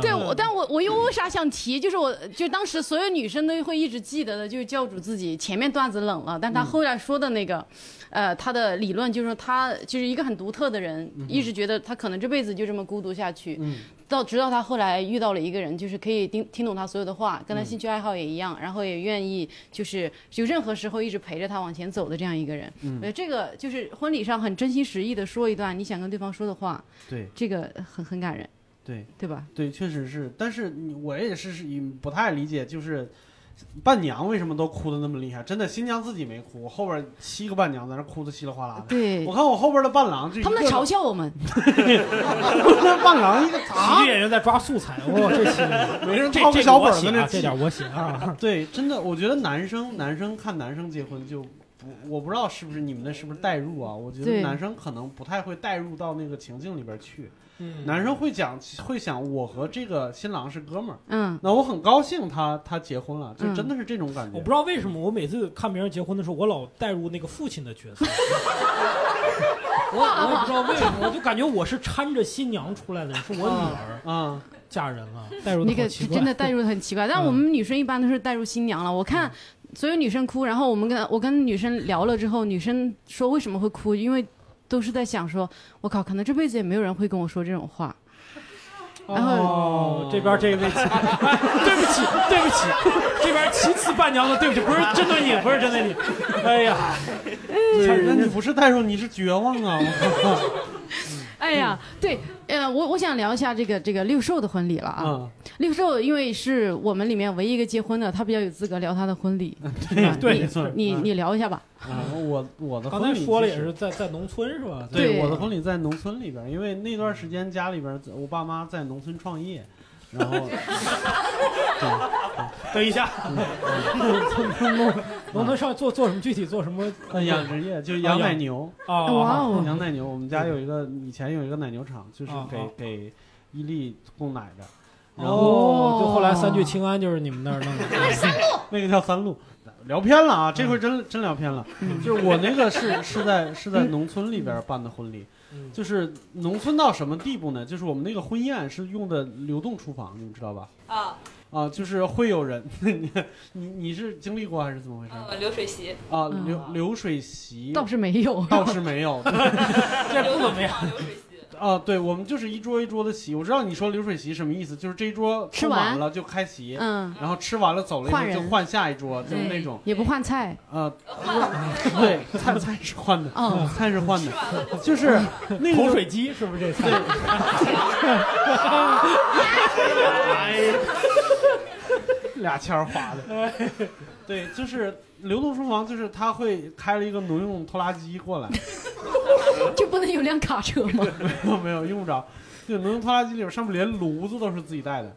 [SPEAKER 2] 对，我但我我又为啥想提？就是我就当时所有女生都会一直记得的，就是教主自己前面段子冷了，但他后来说的那个，呃，他的理论就是说他就是一个很独特的人，一直觉得他可能这辈子就这么孤独下去，
[SPEAKER 7] 嗯
[SPEAKER 2] 到直到他后来遇到了一个人，就是可以听听懂他所有的话，跟他兴趣爱好也一样，然后也愿意就是就任何时候一直陪着他往前走的这样一个人。我觉得这个就是婚礼上很真心实意的说一段你想跟对方说的话，
[SPEAKER 4] 对
[SPEAKER 2] 这个很很感人，
[SPEAKER 4] 对。
[SPEAKER 2] 对吧？
[SPEAKER 4] 对，确实是，但是你我也是是嗯不太理解，就是伴娘为什么都哭的那么厉害？真的，新娘自己没哭，后边七个伴娘在那哭的稀里哗啦的。
[SPEAKER 2] 对
[SPEAKER 4] 我，看我后边的伴郎就一
[SPEAKER 2] 他们在
[SPEAKER 4] 个
[SPEAKER 2] 嘲笑我 们，
[SPEAKER 4] 个伴郎一个
[SPEAKER 3] 喜
[SPEAKER 4] 啊
[SPEAKER 3] 剧，演员在抓素材， 哇，哦这戏
[SPEAKER 4] 没人
[SPEAKER 3] 这
[SPEAKER 4] 掏个
[SPEAKER 3] 这
[SPEAKER 4] 小
[SPEAKER 3] 点我
[SPEAKER 4] 本儿
[SPEAKER 3] 写
[SPEAKER 4] 在那
[SPEAKER 3] 啊，
[SPEAKER 4] 记
[SPEAKER 3] 这。点我写 啊。
[SPEAKER 4] 对，真的，我觉得男生男生看男生结婚就不，我不知道是不是你们那是不是代入啊？我觉
[SPEAKER 2] 对
[SPEAKER 4] 得男生可能不太会代入到那个情境里边去，
[SPEAKER 3] 嗯
[SPEAKER 4] 男生会讲会想我和这个新郎是哥们儿，
[SPEAKER 2] 嗯，
[SPEAKER 4] 那我很高兴他他结婚了，就
[SPEAKER 2] 嗯
[SPEAKER 4] 真的是这种感觉。
[SPEAKER 3] 我不知道为什么，我每次看别人结婚的时候，我老带入那个父亲的角色。我我也不知道为什么，我就感觉我是搀着新娘出来的，是我女儿
[SPEAKER 4] 啊，
[SPEAKER 3] 嫁人了，带入的
[SPEAKER 2] 那
[SPEAKER 3] 好
[SPEAKER 2] 个
[SPEAKER 3] 奇
[SPEAKER 2] 是
[SPEAKER 3] 怪
[SPEAKER 2] 真。的带入的很奇 怪，
[SPEAKER 4] 嗯
[SPEAKER 2] 但我们女生一般都是带入新娘了。我看所有女生哭，然后我们跟我跟女生聊了之后，女生说为什么会哭，因为都是在想说，我靠，可能这辈子也没有人会跟我说这种话。然后
[SPEAKER 3] 哦，这边这位，哎对不起，对不起，这边其次伴娘的，对不起，不是针对你，不是针 对你。哎呀，
[SPEAKER 4] 对，那你不是代入，你是绝望啊！我
[SPEAKER 2] 哎呀，
[SPEAKER 4] 嗯
[SPEAKER 2] 对，呃，我我想聊一下这个这个六兽的婚礼了
[SPEAKER 4] 靠，
[SPEAKER 2] 啊。
[SPEAKER 4] 啊，
[SPEAKER 2] 六兽因为是我们里面唯一一个结婚的，他比较有资格聊他的婚礼。是吧
[SPEAKER 3] 对
[SPEAKER 2] 你
[SPEAKER 4] 嗯没错
[SPEAKER 2] 你
[SPEAKER 4] 嗯
[SPEAKER 2] 你聊一下吧。
[SPEAKER 4] 啊，我我的
[SPEAKER 3] 刚
[SPEAKER 4] 婚
[SPEAKER 3] 才
[SPEAKER 4] 礼
[SPEAKER 3] 说了
[SPEAKER 4] 其
[SPEAKER 3] 也
[SPEAKER 4] 实
[SPEAKER 3] 是在在农村是吧？
[SPEAKER 2] 对
[SPEAKER 4] 对，我的婚礼在农村里边儿，因为那段时间家里边儿我爸妈在农村创业，然 后
[SPEAKER 3] 等一下，农农村少做做什么具体做什么？
[SPEAKER 4] 呃养殖业就是养奶牛
[SPEAKER 3] 啊哇哦
[SPEAKER 4] 养奶牛。我们家有一个以前有一个奶牛场，就是
[SPEAKER 3] 啊
[SPEAKER 4] 给
[SPEAKER 3] 啊
[SPEAKER 4] 给伊利供奶的。然
[SPEAKER 3] 哦
[SPEAKER 4] 后，
[SPEAKER 3] 就后来三聚氰胺就是你们 那儿弄的。
[SPEAKER 4] 那个叫三鹿，聊偏了啊，这回真真聊偏了。就是我那个是是在是在农村里边办的婚礼，
[SPEAKER 3] 嗯
[SPEAKER 4] 就是农村到什么地步呢？就是我们那个婚宴是用的流动厨房，你们知道吧？
[SPEAKER 11] 啊，
[SPEAKER 4] 啊，就是会有人， 你你你是经历过还是怎么回事？
[SPEAKER 11] 呃，流水席
[SPEAKER 4] 啊，流流水席
[SPEAKER 2] 嗯倒是没有，
[SPEAKER 4] 倒是 没有，
[SPEAKER 3] 这不怎么样。
[SPEAKER 4] 啊，对，我们就是一桌一桌的席。我知道你说流水席什么意思，就是这一桌
[SPEAKER 2] 吃
[SPEAKER 4] 吃
[SPEAKER 2] 完
[SPEAKER 4] 了就开席，
[SPEAKER 2] 嗯
[SPEAKER 4] 然后吃完了走了以后
[SPEAKER 2] 换人
[SPEAKER 4] 就换下一桌，就是
[SPEAKER 2] 对
[SPEAKER 4] 那种。
[SPEAKER 2] 也不换菜，
[SPEAKER 4] 啊，对，菜菜是换的
[SPEAKER 2] 嗯，
[SPEAKER 4] 菜是换的，就是那个
[SPEAKER 3] 口水鸡是不是这菜？
[SPEAKER 4] 俩签儿划的，对，就是流动厨房，就是他会开了一个农用拖拉机过来，
[SPEAKER 2] 就不能有辆卡车吗？
[SPEAKER 4] 没 有没有用不着，对，农用拖拉机里边上面连炉子都是自己带的，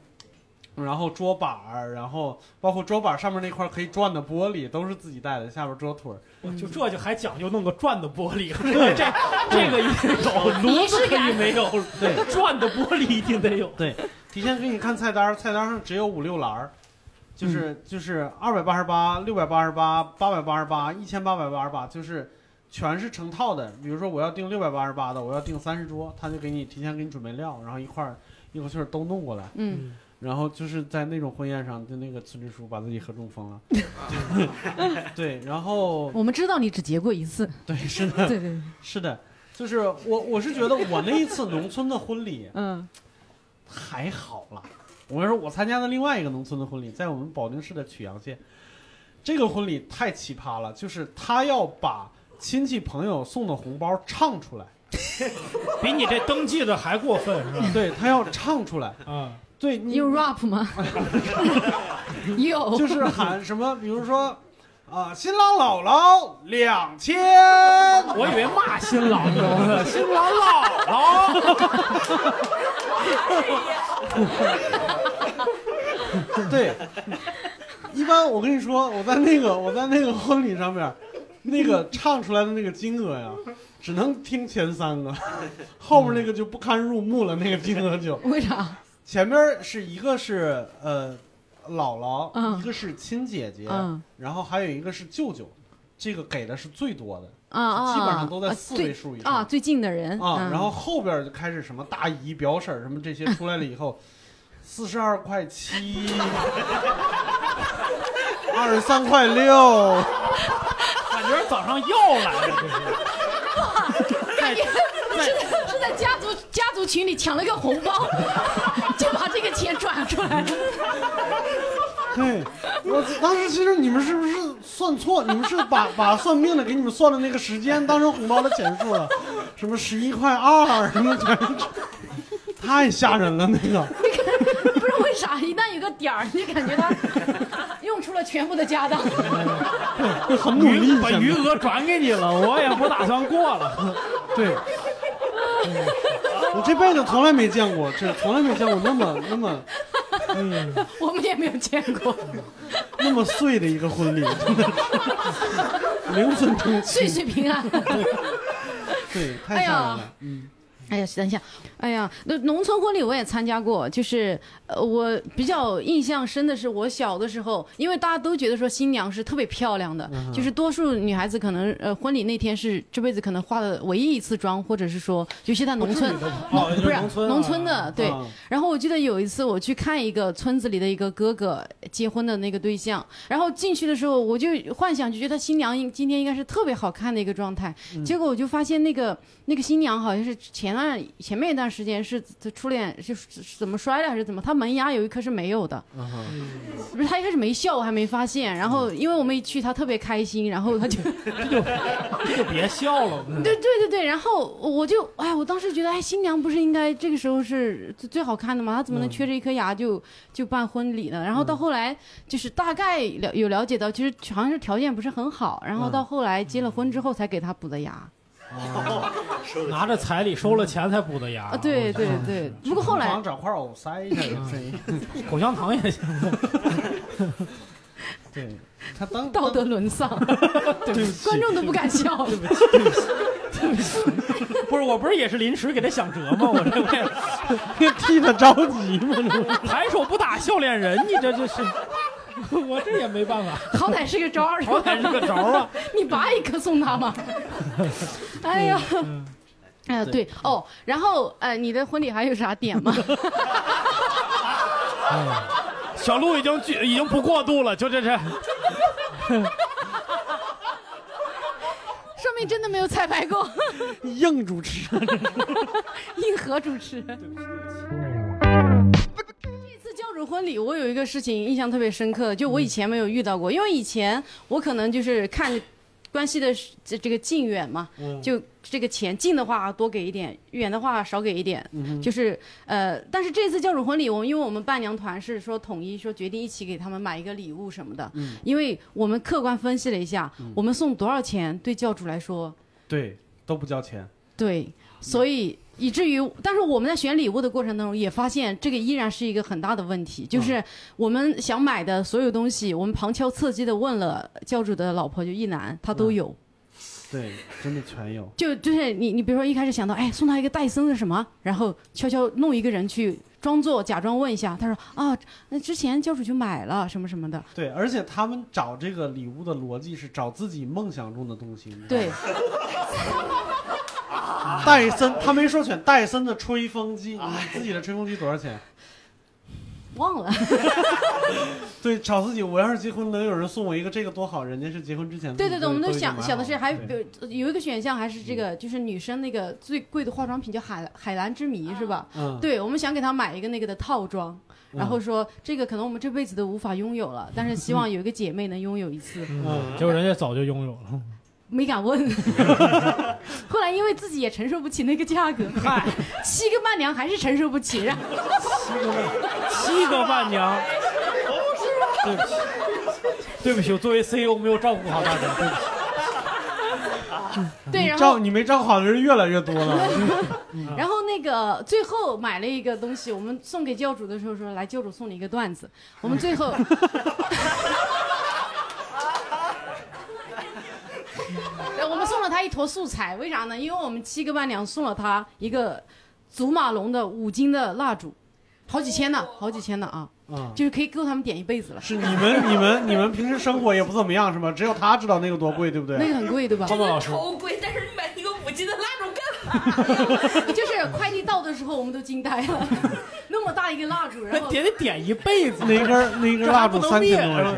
[SPEAKER 4] 然后桌板儿，然后包括桌板上面那块可以转的玻璃都是自己带的，下边桌腿儿，
[SPEAKER 3] 就这就还讲究弄个转的玻 璃，这这个一定有，
[SPEAKER 4] 哦
[SPEAKER 3] 炉子可以没 有，
[SPEAKER 4] 对
[SPEAKER 3] 转的玻璃一定得有。
[SPEAKER 4] 对，提前给你看菜单儿，菜单上只有五六栏儿，
[SPEAKER 3] 嗯
[SPEAKER 4] 就是、就是二百八十八、六百八十八、八百八十八、一千八百八十八，就是全是成套的。比如说我要订六百八十八的，我要订三十桌，他就给你提前给你准备料，然后一块儿一口气儿都弄过来。
[SPEAKER 2] 嗯，
[SPEAKER 4] 然后就是在那种婚宴上，就那个村支书把自己喝中 风了。 对，然后
[SPEAKER 2] 我们知道你只结过一次，
[SPEAKER 4] 对，是 的，
[SPEAKER 2] 对对，对
[SPEAKER 4] 是的，就是我我是觉得我那一次农村的婚礼，
[SPEAKER 2] 嗯，
[SPEAKER 4] 还好啦。我说我参加的另外一个农村的婚礼，在我们保定市的曲阳县，这个婚礼太奇葩了，就是他要把亲戚朋友送的红包唱出来，
[SPEAKER 3] 比你这登记的还过分是吧？
[SPEAKER 4] 对他要唱出来，
[SPEAKER 3] 啊，
[SPEAKER 4] 对你
[SPEAKER 2] 有 rap 吗？有，
[SPEAKER 4] 就是喊什么，比如说。啊，新郎姥姥两千，
[SPEAKER 3] 我以为骂新郎 呢，新郎
[SPEAKER 4] 姥姥， 对，一般我跟你说，我在那个我在那个婚礼上面，那个唱出来的那个金额呀，只能听前三个， 后面那个就不堪入目了，那个金额就
[SPEAKER 2] 为啥？
[SPEAKER 4] 前面是一个是呃姥姥，
[SPEAKER 2] 嗯
[SPEAKER 4] 一个是亲姐姐，
[SPEAKER 2] 嗯
[SPEAKER 4] 然后还有一个是舅舅，这个给的是最多的。
[SPEAKER 2] 啊啊，
[SPEAKER 4] 基本上都在
[SPEAKER 2] 啊
[SPEAKER 4] 四
[SPEAKER 2] 最
[SPEAKER 4] 位数以上
[SPEAKER 2] 啊，最近的人
[SPEAKER 4] 啊，
[SPEAKER 2] 嗯
[SPEAKER 4] 然后后边就开始什么大姨、表婶儿什么这些出来了以后，四十二块七，二十三块六，
[SPEAKER 3] 感觉早上要来了，这是。
[SPEAKER 2] 感觉是是在家族家族群里抢了个红包， 就把这个钱转出来了。
[SPEAKER 4] 对，我当时其实你们是不是算错？你们是把把算命的给你们算的那个时间当成红包的钱数了，什么十一块二啊什么钱，太吓人了那个。
[SPEAKER 2] 不知道为啥，一旦有个点儿，你就感觉他用出了全部的家当。
[SPEAKER 4] 很努力
[SPEAKER 3] 把余额转给你了，我也不打算过了。
[SPEAKER 4] 对，我这辈子从来没见过，这从来没见过那么那么嗯
[SPEAKER 2] 我们也没有见 过，
[SPEAKER 4] 那么碎的一个婚礼，真的是 零分钟
[SPEAKER 2] 岁岁平安。
[SPEAKER 4] 对，
[SPEAKER 2] 哎
[SPEAKER 4] 太
[SPEAKER 2] 呀
[SPEAKER 4] 吓人了。嗯，
[SPEAKER 2] 哎呀，等一下，哎呀，那农村婚礼我也参加过，就是呃，我比较印象深的是我小的时候，因为大家都觉得说新娘是特别漂亮的，
[SPEAKER 11] 嗯哼
[SPEAKER 2] 就是多数女孩子可能呃婚礼那天是这辈子可能化的唯一一次妆，或者是说，尤其在农村，
[SPEAKER 3] 哦
[SPEAKER 2] 农
[SPEAKER 3] 就是
[SPEAKER 2] 不是
[SPEAKER 3] 农村啊
[SPEAKER 2] 农村的对
[SPEAKER 3] 啊。
[SPEAKER 2] 然后我记得有一次我去看一个村子里的一个哥哥结婚的那个对象，然后进去的时候我就幻想就觉得新娘应今天应该是特别好看的一个状态，
[SPEAKER 11] 嗯
[SPEAKER 2] 结果我就发现那个那个新娘好像是前段前面一段时间是她初恋是是是怎么摔了还是怎么，她门牙有一颗是没有的，
[SPEAKER 9] 嗯
[SPEAKER 4] 嗯
[SPEAKER 2] 不是她一开始没笑我还没发现，然后因为我们一去她特别开心，然后她就。
[SPEAKER 3] 这就别笑了。
[SPEAKER 2] 对对对对，然后我就哎，我当时觉得哎，新娘不是应该这个时候是最最好看的吗？她怎么能缺着一颗牙就就办婚礼呢？然后到后来就是大概了有了解到，其实好像是条件不是很好，然后
[SPEAKER 11] 嗯
[SPEAKER 2] 到后来结了婚之后才给她补的牙。
[SPEAKER 3] 拿着彩礼收了钱才补的牙
[SPEAKER 2] 啊，对对对，不过后来
[SPEAKER 4] 找块藕塞一下也可以。
[SPEAKER 3] 口香糖也行。
[SPEAKER 4] 对他当
[SPEAKER 2] 道德沦 丧，观众都不敢笑。
[SPEAKER 3] 不是，我不是也是临时给他想辙吗？我这 为替他着急嘛，这不 抬手不打笑脸人，你这这是，我这也没办法。
[SPEAKER 2] 好歹是个招儿，
[SPEAKER 3] 好歹是个招儿啊！
[SPEAKER 2] 你拔一颗送他 嘛。哎呀，
[SPEAKER 3] 嗯
[SPEAKER 2] 哎呀，对哦，然后呃，你的婚礼还有啥点 吗？
[SPEAKER 9] 小鹿已经举已经不过度了，就这这。
[SPEAKER 2] 说明真的没有彩排过，
[SPEAKER 3] 硬主持，啊
[SPEAKER 2] 硬核主持。这次教主婚礼，我有一个事情印象特别深刻，就我以前没有遇到过，因为以前我可能就是看关系的这这个近远嘛，
[SPEAKER 10] 嗯
[SPEAKER 2] 就这个钱近的话多给一点，远的话少给一点，
[SPEAKER 10] 嗯哼
[SPEAKER 2] 就是呃，但是这次教主婚礼，我们因为我们伴娘团是说统一说决定一起给他们买一个礼物什么的，
[SPEAKER 4] 嗯
[SPEAKER 2] 因为我们客观分析了一下，
[SPEAKER 4] 嗯
[SPEAKER 2] 我们送多少钱对教主来说
[SPEAKER 4] 对，都不交钱。嗯
[SPEAKER 2] 对，所以以至于，但是我们在选礼物的过程当中，也发现这个依然是一个很大的问题，
[SPEAKER 4] 嗯
[SPEAKER 2] 就是我们想买的所有东西，我们旁敲侧击的问了教主的老婆就一男，他
[SPEAKER 4] 嗯
[SPEAKER 2] 都有。
[SPEAKER 4] 对，真的全有。
[SPEAKER 2] 就就是你你比如说一开始想到，哎，送他一个戴森的什么，然后悄悄弄一个人去装作假装问一下，他说啊，那之前教主去买了什么什么的，
[SPEAKER 4] 对，而且他们找这个礼物的逻辑是找自己梦想中的东西。你知道吗
[SPEAKER 2] 对，
[SPEAKER 4] 戴森，他没说选戴森的吹风机，你自己的吹风机多少钱？
[SPEAKER 2] 忘了。
[SPEAKER 4] 对，找自己，我要是结婚能有人送我一个这个多好，人家是结婚之前自
[SPEAKER 2] 对
[SPEAKER 4] 己
[SPEAKER 2] 对对，我们
[SPEAKER 4] 嗯都
[SPEAKER 2] 都
[SPEAKER 4] 已经
[SPEAKER 2] 想
[SPEAKER 4] 买
[SPEAKER 2] 想的
[SPEAKER 4] 好
[SPEAKER 2] 是
[SPEAKER 4] 了
[SPEAKER 2] 还
[SPEAKER 4] 对嗯
[SPEAKER 2] 有有一个选项还是这个，就是女生那个最贵的化妆品叫海海蓝之谜是吧？
[SPEAKER 10] 嗯
[SPEAKER 2] 对，我们想给她买一个那个的套装，然后
[SPEAKER 3] 嗯
[SPEAKER 2] 说这个可能我们这辈子都无法拥有了，但是希望有一个姐妹能拥有一次。
[SPEAKER 3] 嗯，结果人家早就拥有了。
[SPEAKER 2] 没敢问， 后来因为自己也承受不起那个价格，嗨，七个伴娘还是承受不起，然后
[SPEAKER 3] 七个伴娘，对不起， 对不起，我作为
[SPEAKER 4] 哎
[SPEAKER 3] CEO 没有照顾好大家，对不起。
[SPEAKER 2] 对，
[SPEAKER 4] 你
[SPEAKER 2] 然
[SPEAKER 4] 照
[SPEAKER 2] 后
[SPEAKER 4] 你没照顾好的人越来越 多了。
[SPEAKER 2] 然后那个最后买了一个东西，我们送给教主的时候说，来教主送你一个段子，我们最 后。对我们送了他一坨素材，为啥呢？因为我们七个伴娘送了他一个祖马龙的五斤的蜡烛，好几千呢，好几千呢啊，
[SPEAKER 4] 嗯
[SPEAKER 2] 就是可以够他们点一辈子了。
[SPEAKER 4] 是你们你们你们平时生活也不怎么样是吗？只有他知道那个多贵，对不对？
[SPEAKER 2] 那个很贵，对吧？
[SPEAKER 4] 汤姆老师
[SPEAKER 8] 头贵，但是你买那个五斤的蜡烛干嘛？
[SPEAKER 2] 就是快递到的时候，我们都惊呆 了，那么大一个蜡烛，然后
[SPEAKER 3] 点得点一辈子，
[SPEAKER 4] 那一根那一根
[SPEAKER 3] 这还
[SPEAKER 4] 蜡
[SPEAKER 3] 不
[SPEAKER 4] 烛
[SPEAKER 3] 能
[SPEAKER 4] 三
[SPEAKER 3] 灭
[SPEAKER 4] 千多块钱，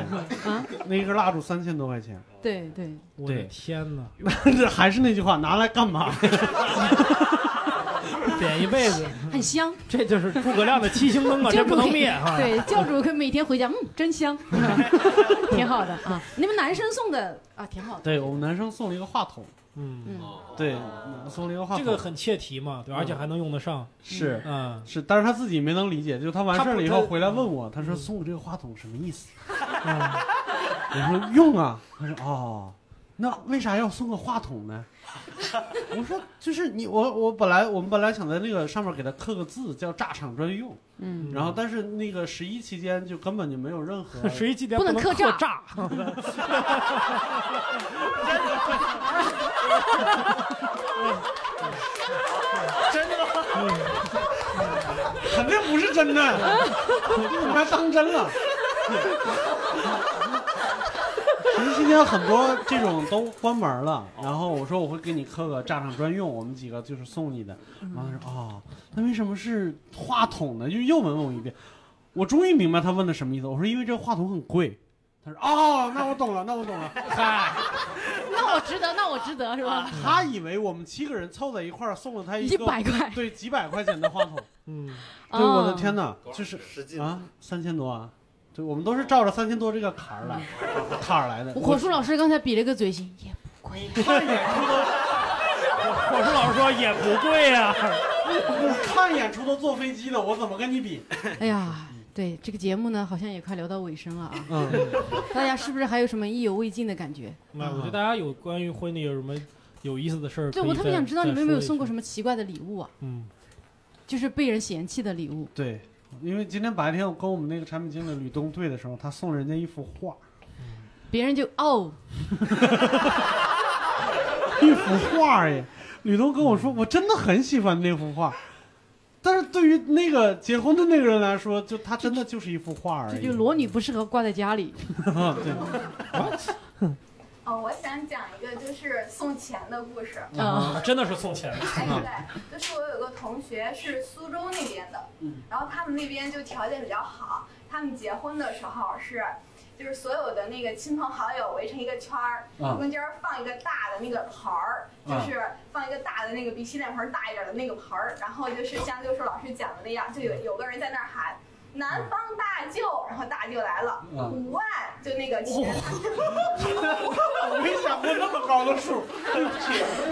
[SPEAKER 2] 啊，
[SPEAKER 4] 那一根蜡烛三千多块钱。
[SPEAKER 2] 对对，
[SPEAKER 3] 我的
[SPEAKER 4] 对，
[SPEAKER 3] 天哪，
[SPEAKER 4] 这还是 那句话，拿来干嘛？
[SPEAKER 3] 点一辈子，
[SPEAKER 2] 很香。
[SPEAKER 3] 这就是诸葛亮的七星 灯啊，
[SPEAKER 2] 教
[SPEAKER 3] 这
[SPEAKER 2] 主
[SPEAKER 3] 不能
[SPEAKER 2] 可以
[SPEAKER 3] 灭哈。
[SPEAKER 2] 对，教主可以每天回家，嗯，真 香，挺好的啊。你们男生送的啊，挺好的。
[SPEAKER 4] 对我们男生送了一个话筒，
[SPEAKER 3] 嗯，
[SPEAKER 2] 嗯，
[SPEAKER 4] 对，送了一个话
[SPEAKER 3] 这
[SPEAKER 4] 筒，
[SPEAKER 3] 个很切题嘛，对，而且还能用得上。
[SPEAKER 4] 是
[SPEAKER 3] 嗯，
[SPEAKER 4] 是，但是他自己没能理解，就他完事儿了以
[SPEAKER 3] 他
[SPEAKER 4] 后
[SPEAKER 3] 不
[SPEAKER 4] 回来问我，他
[SPEAKER 2] 嗯
[SPEAKER 4] 说送我这个话筒什么意思？ 嗯我说用啊，他说哦，那为啥要送个话筒呢？ 我说就是你我我本来我们本来想在那个上面给他刻个字叫炸场专用，
[SPEAKER 2] 嗯，
[SPEAKER 4] 然后但是那个十一期间就根本就没有任何
[SPEAKER 3] 十一期间
[SPEAKER 2] 不能
[SPEAKER 3] 克
[SPEAKER 2] 克
[SPEAKER 3] 炸，
[SPEAKER 6] 真的吗？
[SPEAKER 4] 肯定不是真的，你还当真了。其实今天很多这种都关门了，然后我说我会给你刻个炸场专用，我们几个就是送你的。然后他说哦，那为什么是话筒呢？就又问我一遍，我终于明白他问的什么意思。我说因为这个话筒很贵。他说哦，那我懂了，那我懂 了。嗨，
[SPEAKER 2] 那我值得，那我值得是吧？
[SPEAKER 4] 他以为我们七个人凑在一块儿送了他一个
[SPEAKER 2] 100块
[SPEAKER 4] 对几百块钱的话筒。
[SPEAKER 3] 嗯，
[SPEAKER 4] 对，我的天哪，
[SPEAKER 6] 少
[SPEAKER 4] 就是
[SPEAKER 6] 十斤
[SPEAKER 4] 啊，三千多啊！对，我们都是照着三千多这个坎儿来，坎儿来的。
[SPEAKER 2] 火树老师刚才比了个嘴型，也不 贵。
[SPEAKER 4] 看演 出都，
[SPEAKER 3] 火树老师说也不贵啊。
[SPEAKER 4] 我看演出都坐飞机的，我怎么跟你比？
[SPEAKER 2] 哎呀，对这个节目呢，好像也快聊到尾声了啊。
[SPEAKER 4] 嗯，
[SPEAKER 2] 大家是不是还有什么意犹未尽的感觉？
[SPEAKER 3] 啊那我觉得大家有关于婚礼有什么 有意思的事儿。
[SPEAKER 2] 对我特别想知道你们有没有送过什么奇怪的礼物啊？
[SPEAKER 3] 嗯，
[SPEAKER 2] 就是被人嫌弃的礼物。
[SPEAKER 4] 对，因为今天白天我跟我们那个产品经理吕东对的时候，他送人家一幅画，
[SPEAKER 2] 别人就哦，
[SPEAKER 4] 一幅画耶。吕东跟我
[SPEAKER 3] 嗯
[SPEAKER 4] 说，我真的很喜欢那幅画，但是对于那个结婚的那个人来说，就他真的就是一幅画而
[SPEAKER 2] 就
[SPEAKER 4] 已
[SPEAKER 2] 就。裸女不适合挂在家 里。
[SPEAKER 4] 对，
[SPEAKER 7] 哦，我想讲一个就是送钱的故事。
[SPEAKER 2] 啊
[SPEAKER 3] 真的是送 钱。
[SPEAKER 7] 哎，对，就是我有个同学是苏州那边的，
[SPEAKER 4] 嗯
[SPEAKER 7] 然后他们那边就条件比较好，他们结婚的时候是，就是所有的那个亲朋好友围成一个圈儿，
[SPEAKER 4] 啊
[SPEAKER 7] 中间放一个大的那个牌儿，就
[SPEAKER 4] 啊
[SPEAKER 7] 是放一个大的那个比洗脸盆儿大一点的那个盆儿，然后就是像六叔老师讲的那样，就
[SPEAKER 4] 嗯
[SPEAKER 7] 有有个人在那儿喊。南方大舅，然后大舅来了，
[SPEAKER 4] 啊
[SPEAKER 7] 五万就那个钱，
[SPEAKER 4] 我没想过那么高的数，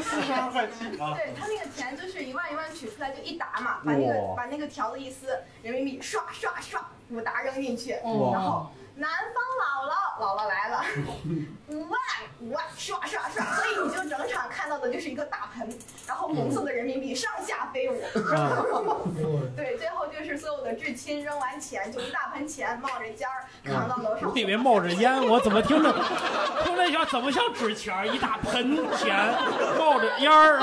[SPEAKER 4] 四十二块七啊。
[SPEAKER 7] 对他那个钱就是一万一万取出来就一沓嘛，把那个
[SPEAKER 4] 哇
[SPEAKER 7] 把那个条子一撕，人民币刷刷刷五沓扔进去，
[SPEAKER 4] 哇
[SPEAKER 7] 然后南方姥姥姥姥来 了，五万五万刷刷刷，所以你就整场看到的就是一个大盆，然后红色的人民币上下飞舞，然
[SPEAKER 4] 嗯
[SPEAKER 7] 后 对，最后就是所有的至亲扔完钱就一大盆钱冒着尖儿扛到楼上
[SPEAKER 3] 我，以为冒着烟，我怎么听着 听着像怎么像纸钱儿一大盆钱冒着烟儿？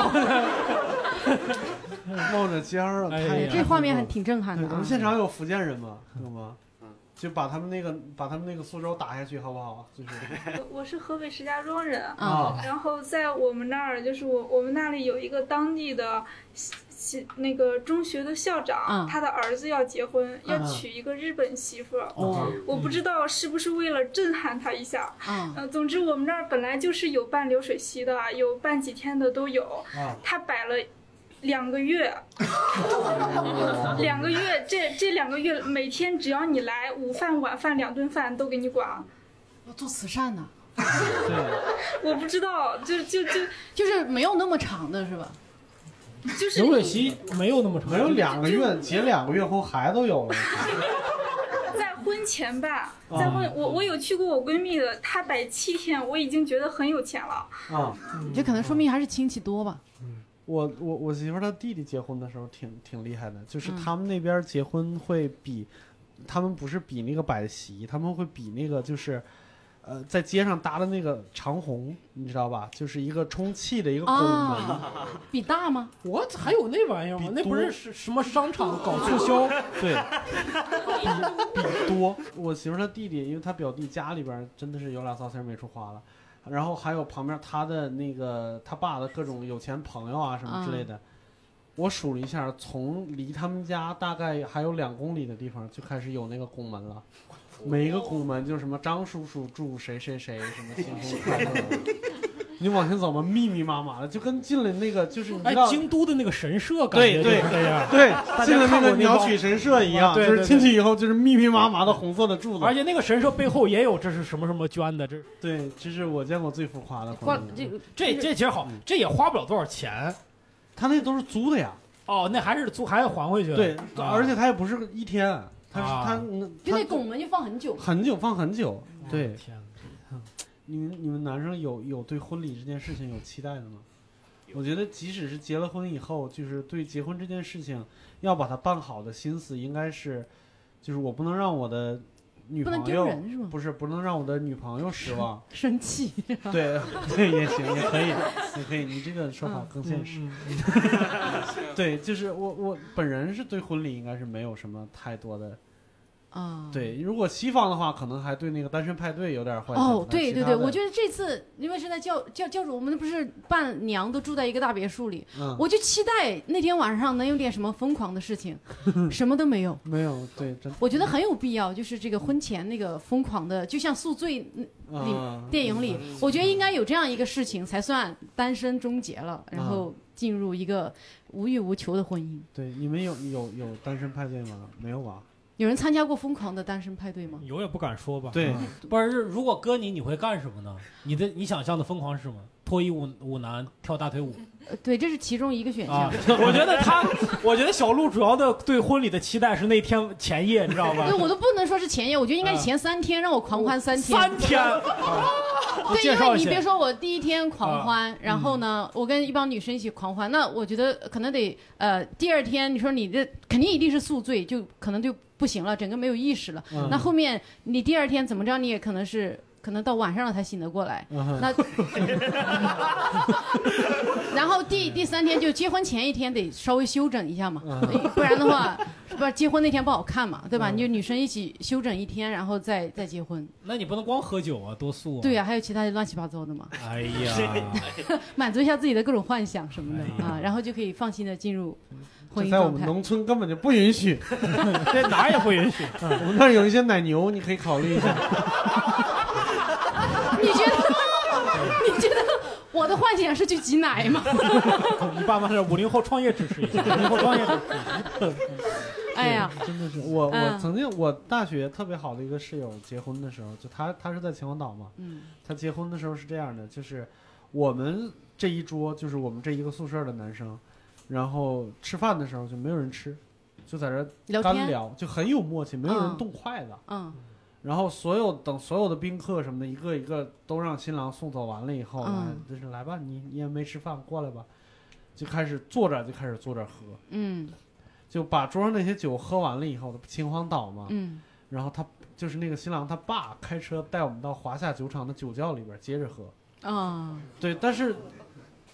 [SPEAKER 4] 冒着尖儿啊！
[SPEAKER 3] 哎呀
[SPEAKER 4] 太
[SPEAKER 3] 对
[SPEAKER 2] 这画面还挺震撼
[SPEAKER 4] 对，
[SPEAKER 2] 的
[SPEAKER 4] 咱们
[SPEAKER 2] 啊！
[SPEAKER 4] 现场有福建人吗？有吗？
[SPEAKER 5] 嗯
[SPEAKER 4] 就把他们那个把他们那个苏州打下去好不好？就是
[SPEAKER 10] 我是河北石家庄人，
[SPEAKER 2] 啊，
[SPEAKER 10] 然后在我们那儿，就是我我们那里有一个当地的西西那个中学的校
[SPEAKER 2] 嗯
[SPEAKER 10] 长，他的儿子要结婚，要
[SPEAKER 4] 嗯
[SPEAKER 10] 娶一个日本媳妇儿。
[SPEAKER 2] 哦，
[SPEAKER 10] 我不知道是不是为了震撼他一下，
[SPEAKER 2] 啊，
[SPEAKER 10] 嗯，总之我们那儿本来就是有办流水席的，啊有办几天的都有。
[SPEAKER 4] 啊
[SPEAKER 10] 他摆了两个月，两个月，这这两个月每天只要你来，午饭、晚饭两顿饭都给你管。
[SPEAKER 2] 要做慈善呢，
[SPEAKER 10] 我不知道，就就就
[SPEAKER 2] 就是没有那么长的是吧？
[SPEAKER 10] 就是
[SPEAKER 3] 流水席没有那么长，
[SPEAKER 4] 没有两个月，结两个月婚孩子 有了，
[SPEAKER 10] 在婚前吧，在婚我我有去过我闺蜜的，她摆七天，我已经觉得很有钱了。
[SPEAKER 4] 啊！
[SPEAKER 2] 这可能说明还是亲戚多吧。
[SPEAKER 4] 我我我媳妇儿她弟弟结婚的时候挺挺厉害的，就是
[SPEAKER 2] 嗯
[SPEAKER 4] 他们那边儿结婚会比，他们不是比那个摆席，他们会比那个就是，呃，在街上搭的那个长虹，你知道吧？就是一个充气的一个拱门，
[SPEAKER 10] 哦
[SPEAKER 2] 啊， 比大吗？
[SPEAKER 3] 我还有那玩意儿吗
[SPEAKER 4] 比？
[SPEAKER 3] 那不是
[SPEAKER 4] 多
[SPEAKER 3] 什什么商场搞促 销？
[SPEAKER 4] 对，比比多。 我媳妇儿她弟弟，因为她表弟家里边儿真的是有俩糟心儿没处花了，然后还有旁边他的那个他爸的各种有钱朋友啊什么之类的。我数了一下，从离他们家大概还有两公里的地方就开始有那个拱门了。
[SPEAKER 3] 哦
[SPEAKER 4] 每一个拱门就是什么张叔叔祝谁谁谁什么新 婚快乐， 你往前走嘛，密密麻麻的，就跟进了那个就是你
[SPEAKER 3] 哎
[SPEAKER 4] 知道，，
[SPEAKER 3] 京都的那个神社感
[SPEAKER 4] 对
[SPEAKER 3] 觉
[SPEAKER 4] 对
[SPEAKER 3] 就是这样。
[SPEAKER 4] 对，
[SPEAKER 3] 家
[SPEAKER 4] 进了那
[SPEAKER 3] 看过
[SPEAKER 4] 个
[SPEAKER 3] 那
[SPEAKER 4] 鸟
[SPEAKER 3] 包
[SPEAKER 4] 取神社一样，
[SPEAKER 3] 对
[SPEAKER 4] 就是
[SPEAKER 3] 对
[SPEAKER 4] 进去以后就是密密麻麻的红色的柱子。
[SPEAKER 3] 而且那个神社背后也有这是什么什么捐的，这
[SPEAKER 4] 对，这是我见过最浮夸的
[SPEAKER 2] 挂
[SPEAKER 4] 婚
[SPEAKER 2] 这
[SPEAKER 4] 礼。
[SPEAKER 2] 个
[SPEAKER 3] 这这其实好，这也花不了多少钱
[SPEAKER 4] 他那都是租的呀，
[SPEAKER 3] 哦，那还是租还得还回去。
[SPEAKER 4] 对，
[SPEAKER 3] 啊
[SPEAKER 4] 而且他也不是一天，他是
[SPEAKER 3] 啊
[SPEAKER 4] 他
[SPEAKER 2] 就那
[SPEAKER 4] 他
[SPEAKER 2] 拱门就放很久。
[SPEAKER 4] 很久放很久。对，
[SPEAKER 3] 天 哪嗯
[SPEAKER 4] 你们你们男生有有对婚礼这件事情有期待的吗？我觉得即使是结了婚以后，就是对结婚这件事情要把它办好的心思，应该是，就是我不能让我的女
[SPEAKER 2] 不能
[SPEAKER 4] 朋
[SPEAKER 2] 丢
[SPEAKER 4] 友，
[SPEAKER 2] 人是吗？
[SPEAKER 4] 不是不能让我的女朋友失望。
[SPEAKER 2] 生气，
[SPEAKER 4] 对，对也行，也可以，也可以。你这个说法
[SPEAKER 2] 嗯
[SPEAKER 4] 更现实。对，就是我我本人是对婚礼应该是没有什么太多的。
[SPEAKER 2] 啊，。
[SPEAKER 4] 对，如果西方的话，可能还对那个单身派对有点坏。
[SPEAKER 2] 哦，对对对，我
[SPEAKER 4] 得
[SPEAKER 2] 觉得这次因为是在教教教主，我们不是伴娘都住在一个大别墅里，
[SPEAKER 4] 嗯，
[SPEAKER 2] 我就期待那天晚上能有点什么疯狂的事 情， 什么都没有。
[SPEAKER 4] 没有，对，真
[SPEAKER 2] 我觉得很有必要，就是这个婚前那个疯狂的，就像宿醉里
[SPEAKER 4] 啊，
[SPEAKER 2] 电影里，
[SPEAKER 3] 嗯
[SPEAKER 2] 我觉得应该有这样一个事情，才算单身终结了，
[SPEAKER 3] 嗯
[SPEAKER 2] 然后进入一个无欲无求的婚姻。
[SPEAKER 4] 对，你们有有有单身派对吗？没有吧？
[SPEAKER 2] 有人参加过疯狂的单身派对吗？
[SPEAKER 3] 有也不敢说吧？嗯
[SPEAKER 4] 对，
[SPEAKER 3] 不是，如果搁你，你会干什么呢？你的你想象的疯狂是什么？脱衣舞舞男，跳大腿舞
[SPEAKER 2] 呃对，这是其中一个选
[SPEAKER 3] 啊
[SPEAKER 2] 项。！
[SPEAKER 3] 我觉得他，我觉得小鹿主要的对婚礼的期待是那天前夜，你知道吧 嗯
[SPEAKER 2] 对，？我都不能说是前夜，我觉得应该是前三天，让我狂欢三天。
[SPEAKER 3] 三天，你
[SPEAKER 2] 对，
[SPEAKER 3] 介
[SPEAKER 2] 因
[SPEAKER 3] 绍
[SPEAKER 2] 为
[SPEAKER 3] 一
[SPEAKER 2] 你
[SPEAKER 3] 下啊嗯
[SPEAKER 2] 别说我第一天狂欢，然后呢，我跟一帮女生一起狂欢，那我觉得可能得呃，第二天你说你这肯定一定是宿醉，就可能就不行了，整个没有意识了。
[SPEAKER 11] 嗯
[SPEAKER 2] 那后面你第二天怎么着，你也可能是。可能到晚上了才醒得过来，
[SPEAKER 11] 嗯哼
[SPEAKER 2] 那， 然后第第三天就结婚前一天得稍微休整一下嘛，
[SPEAKER 3] 嗯
[SPEAKER 2] 不然的话，不是结婚那天不好看嘛，对吧？你就女生一起休整一天，然后再再结婚。
[SPEAKER 3] 那你不能光喝酒啊，多素啊。
[SPEAKER 2] 对呀、还有其他的乱七八糟的嘛，
[SPEAKER 3] 哎呀，
[SPEAKER 2] 满足一下自己的各种幻想什么的、啊，然后就可以放心的进入婚
[SPEAKER 4] 哎这
[SPEAKER 2] 姻
[SPEAKER 4] 在我
[SPEAKER 2] 状
[SPEAKER 4] 们
[SPEAKER 2] 态。
[SPEAKER 4] 农村根本就不允 许，
[SPEAKER 3] 这哪儿也不允许。
[SPEAKER 2] 嗯
[SPEAKER 4] 我们那儿有一些奶牛，你可以考虑一下。
[SPEAKER 2] 啊你觉得？你觉得我的幻想是去挤奶 吗？
[SPEAKER 3] 你爸妈是五零后 创业支持一下，五零后创业支持
[SPEAKER 2] 哎呀，
[SPEAKER 4] 真的是我，我
[SPEAKER 2] 嗯
[SPEAKER 4] 曾经我大学特别好的一个室友结婚的时候，就他他是在秦皇岛嘛，
[SPEAKER 2] 嗯，
[SPEAKER 4] 他结婚的时候是这样的，就是我们这一桌就是我们这一个宿舍的男生，然后吃饭的时候就没有人吃，就在这
[SPEAKER 2] 聊
[SPEAKER 4] 儿干
[SPEAKER 2] 天
[SPEAKER 4] 聊，就很有默契，没有人
[SPEAKER 2] 嗯
[SPEAKER 4] 动筷子。
[SPEAKER 2] 嗯
[SPEAKER 4] 然后所有等所有的宾客什么的，一个一个都让新郎送走完了以后，
[SPEAKER 2] 嗯
[SPEAKER 4] 哎就是来吧，你你也没吃饭，过来吧，就开始坐着就开始坐着喝，
[SPEAKER 2] 嗯
[SPEAKER 4] 就把桌上那些酒喝完了以后，秦皇岛嘛，
[SPEAKER 2] 嗯
[SPEAKER 4] 然后他就是那个新郎他爸开车带我们到华夏酒厂的酒窖里边接着喝，
[SPEAKER 2] 啊，
[SPEAKER 4] 对，但是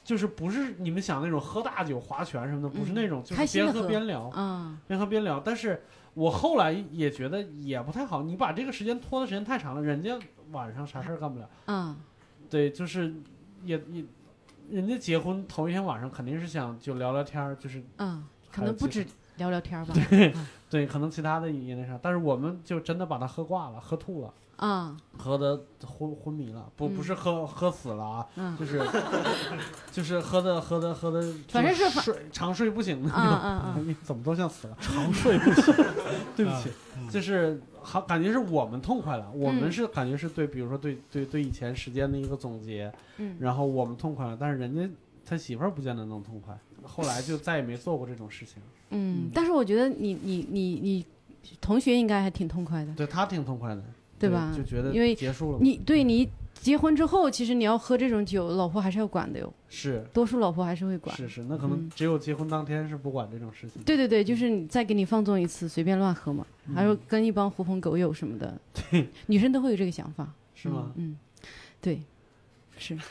[SPEAKER 4] 就是不是你们想那种喝大酒划拳什么的，不是那种，就
[SPEAKER 2] 嗯开
[SPEAKER 4] 是
[SPEAKER 2] 心
[SPEAKER 4] 边
[SPEAKER 2] 的
[SPEAKER 4] 喝边聊，啊
[SPEAKER 2] 嗯
[SPEAKER 4] 边喝边聊。但是我后来也觉得也不太好，你把这个时间拖的时间太长了，人家晚上啥事儿干不了。
[SPEAKER 2] 嗯
[SPEAKER 4] 对，就是也也，人家结婚头一天晚上肯定是想就聊聊天儿，就是
[SPEAKER 2] 嗯，可
[SPEAKER 4] 还有
[SPEAKER 2] 能不
[SPEAKER 4] 其
[SPEAKER 2] 止聊聊天吧。
[SPEAKER 4] 对，可能其他的也那啥，但是我们就真的把他喝挂了，喝吐了。
[SPEAKER 2] 啊、
[SPEAKER 4] 喝的昏昏迷了，不不是喝、喝死了啊，
[SPEAKER 2] 嗯
[SPEAKER 4] 就是就是喝的喝的喝的，
[SPEAKER 2] 反正是反
[SPEAKER 4] 睡长睡不醒的
[SPEAKER 2] 嗯
[SPEAKER 4] 那种，
[SPEAKER 2] 嗯嗯
[SPEAKER 4] 你怎么都像死了，长睡不醒， 啊嗯对不起，就是好感觉是我们痛快了，我们
[SPEAKER 2] 嗯
[SPEAKER 4] 是感觉是对，比如说对对对以前时间的一个总结，
[SPEAKER 2] 嗯
[SPEAKER 4] 然后我们痛快了，但是人家他媳妇儿不见得能痛快，后来就再也没做过这种事情，
[SPEAKER 2] 嗯，但是我觉得你你你你同学应该还挺痛快的。
[SPEAKER 4] 对他挺痛快的，
[SPEAKER 2] 对吧
[SPEAKER 4] 就觉得
[SPEAKER 2] 因为
[SPEAKER 4] 结束了嘛，
[SPEAKER 2] 你对你结婚之后，其实你要喝这种酒，老婆还是要管的哟。
[SPEAKER 4] 是
[SPEAKER 2] 多数老婆还是会管。
[SPEAKER 4] 是是，那可能
[SPEAKER 2] 嗯
[SPEAKER 4] 只有结婚当天是不管这种事情的。
[SPEAKER 2] 对对对，就是
[SPEAKER 4] 嗯
[SPEAKER 2] 你再给你放纵一次，随便乱喝嘛，还有跟一帮狐朋狗友什么的，女生都会有这个想法，
[SPEAKER 4] 是吗
[SPEAKER 2] 嗯，嗯对，是，
[SPEAKER 3] 一下。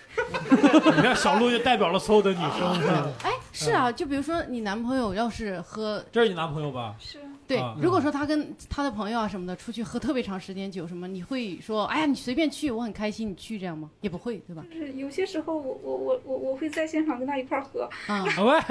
[SPEAKER 3] 你看小鹿就代表了所有的女生，是吧
[SPEAKER 2] 哎，是
[SPEAKER 4] 嗯
[SPEAKER 2] 啊，就比如说你男朋友要是喝。
[SPEAKER 3] 这是你男朋友吧？
[SPEAKER 10] 是
[SPEAKER 2] 对
[SPEAKER 3] 啊，
[SPEAKER 2] 如果
[SPEAKER 4] 嗯
[SPEAKER 2] 说他跟他的朋友啊什么的出去喝特别长时间酒什么，你会说，哎呀，你随便去，我很开心，你去这样吗？也不会，对吧？
[SPEAKER 10] 就是有些时候我我我我我会在现场跟他一块儿喝，
[SPEAKER 2] 啊，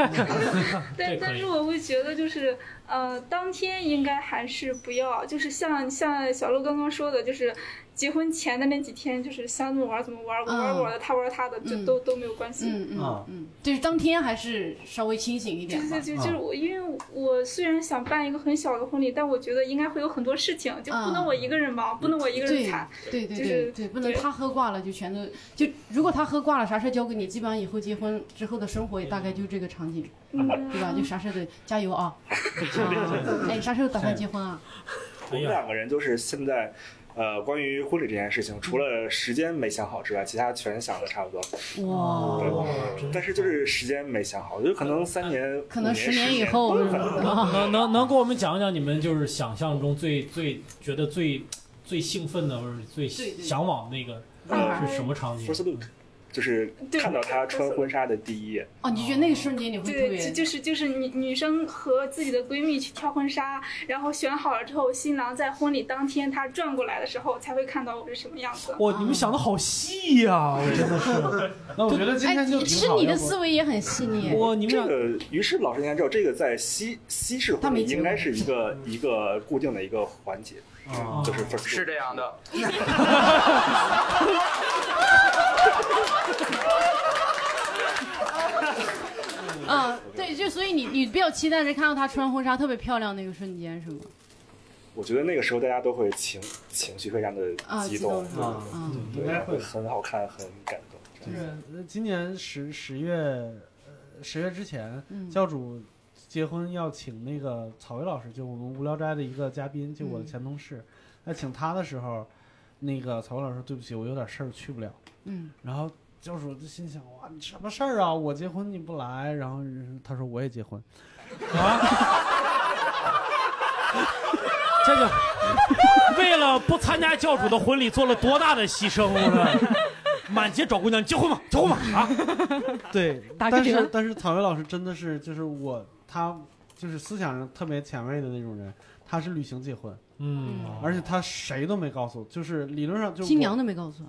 [SPEAKER 10] 但但是我会觉得就是，呃，当天应该还是不要，就是像像小鹿刚刚说的，就是结婚前的那几天，就是想怎么玩怎么玩，我
[SPEAKER 2] 啊
[SPEAKER 10] 玩我的，他玩他的，就都都没有关系。
[SPEAKER 2] 嗯嗯嗯，就是当天还是稍微清醒一
[SPEAKER 10] 就
[SPEAKER 2] 点吧
[SPEAKER 10] 是。就
[SPEAKER 4] 啊
[SPEAKER 10] 就是我，因为我虽然想办一个很小的婚礼，但我觉得应该会有很多事情，就不能我一个人
[SPEAKER 2] 嗯
[SPEAKER 10] 忙，不能我一个人
[SPEAKER 2] 对
[SPEAKER 10] 谈，
[SPEAKER 2] 对对
[SPEAKER 10] 就
[SPEAKER 2] 对
[SPEAKER 10] 是
[SPEAKER 2] 对，不能他喝挂了就全都就，如果他喝挂了，啥事儿交给你，基本上以后结婚之后的生活也大概就这个场景，
[SPEAKER 10] 嗯
[SPEAKER 2] 对吧？就啥事儿得加油啊！啊哎，啥时候打算结婚啊？
[SPEAKER 12] 我们两个人就是现在，呃，关于婚礼这件事情，除了时间没想好之外，其他全想的差不多。
[SPEAKER 2] 哇，
[SPEAKER 12] 对，但是就是时间没想好，就可能三年、
[SPEAKER 2] 呃可能
[SPEAKER 12] 五
[SPEAKER 2] 十
[SPEAKER 12] 年、
[SPEAKER 2] 年以
[SPEAKER 12] 10
[SPEAKER 2] 后嗯
[SPEAKER 12] 都有
[SPEAKER 2] 是
[SPEAKER 12] 可能
[SPEAKER 2] 吧？
[SPEAKER 3] 能能能给我们讲讲你们就是想象中最最觉得最最兴奋的，或者最向往那个
[SPEAKER 2] 嗯
[SPEAKER 3] 是什么场景？
[SPEAKER 12] First look，就是看到他穿婚纱的第一眼。
[SPEAKER 2] 哦，你就觉得那个瞬间你会特
[SPEAKER 10] 对，
[SPEAKER 2] 别
[SPEAKER 10] 就就是就是女女生和自己的闺蜜去挑婚纱，然后选好了之后，新郎在婚礼当天他转过来的时候，才会看到我是什么样子。
[SPEAKER 3] 哇，
[SPEAKER 2] 嗯
[SPEAKER 3] 你们想的好细呀、我真的是。
[SPEAKER 4] 那我觉得
[SPEAKER 2] 哎，是你的思维也很细腻。
[SPEAKER 12] 这个，于是老师应该知道，这个在西西式婚礼应该是一个一个固定的一个环节，
[SPEAKER 4] 哦
[SPEAKER 12] 就是 first
[SPEAKER 5] 是这样 的，
[SPEAKER 2] 嗯，对，就所以你你比较期待是看到她穿婚纱特别漂亮那个瞬间是吗？
[SPEAKER 12] 我觉得那个时候大家都会情情绪非常的
[SPEAKER 2] 啊
[SPEAKER 12] 激
[SPEAKER 2] 激
[SPEAKER 12] 动
[SPEAKER 2] 动，
[SPEAKER 12] 对
[SPEAKER 4] 啊嗯
[SPEAKER 12] 对
[SPEAKER 4] 应该会
[SPEAKER 12] 很好看，很感动。
[SPEAKER 4] 就是呃今年十十月，呃十月之前，
[SPEAKER 2] 嗯
[SPEAKER 4] 教主结婚要请那个草薇老师，就我们无聊斋的一个嘉宾，就我的
[SPEAKER 2] 嗯
[SPEAKER 4] 前同事。那、请他的时候，那个曹文老师，对不起，我有点事儿去不了。
[SPEAKER 2] 嗯，
[SPEAKER 4] 然后教主就心想，哇，你什么事儿啊？我结婚你不来？然后他说我也结 婚，
[SPEAKER 9] 这就为了不参加教主的婚礼做了多大的牺牲，我说。满街找姑娘，结婚吧，结婚吧啊！
[SPEAKER 4] 对，
[SPEAKER 9] 打个折
[SPEAKER 4] 但是但是草莓老师真的是就是我他就是思想上特别前卫的那种人，他是旅行结婚，
[SPEAKER 9] 嗯，
[SPEAKER 4] 而且他谁都没告诉，就是理论上就
[SPEAKER 2] 新娘都
[SPEAKER 4] 都
[SPEAKER 2] 没 告诉。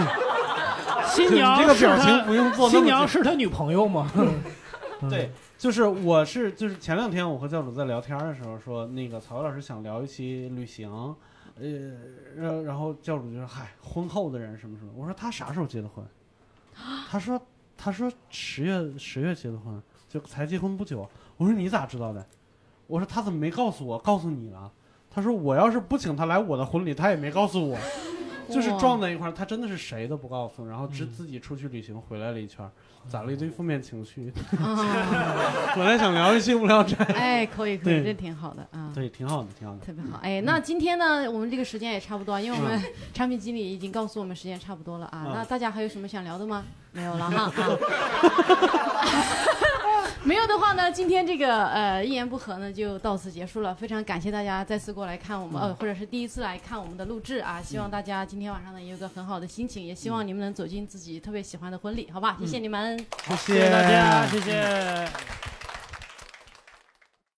[SPEAKER 9] 新娘
[SPEAKER 4] 这个
[SPEAKER 9] 是
[SPEAKER 4] 表
[SPEAKER 9] 他
[SPEAKER 4] 情不用做那么紧，
[SPEAKER 9] 新娘是他女朋友 吗？嗯
[SPEAKER 4] 对，就是我是就是前两天我和教主在聊天的时候说，那个曹老师想聊一期旅行，呃，然然后教主就说，嗨，婚后的人什么什么，我说他啥时候结的婚？他说他说十月十月结的婚，就才结婚不久。我说你咋知道的？我说他怎么没告诉我？告诉你了。他说我要是不请他来我的婚礼，他也没告诉我。就是撞在一块儿，他真的是谁都不告诉，然后只自己出去旅行回来了一圈儿，攒了一堆负面情绪。 本来想聊一期无聊斋，
[SPEAKER 2] 嗯哎，可以可以，
[SPEAKER 4] 对
[SPEAKER 2] 这挺好的啊。
[SPEAKER 4] 对，挺好的，挺好的，
[SPEAKER 2] 特别好，哎，那今天呢，我们这个时间也差不多，因为我们 产品经理已经告诉我们时间差不多了啊。
[SPEAKER 4] 嗯
[SPEAKER 2] 那大家还有什么想聊的吗？ 没有了哈。啊没有的话呢，今天这个呃一言不合呢就到此结束了。非常感谢大家再次过来看我
[SPEAKER 4] 嗯
[SPEAKER 2] 们，呃，或者是第一次来看我们的录制啊。希望大家今天晚上呢也有个很好的心情，也希望你们
[SPEAKER 4] 嗯
[SPEAKER 2] 能走进自己特别喜欢的婚礼，好吧？谢谢你们，
[SPEAKER 4] 谢谢大家
[SPEAKER 9] 谢谢。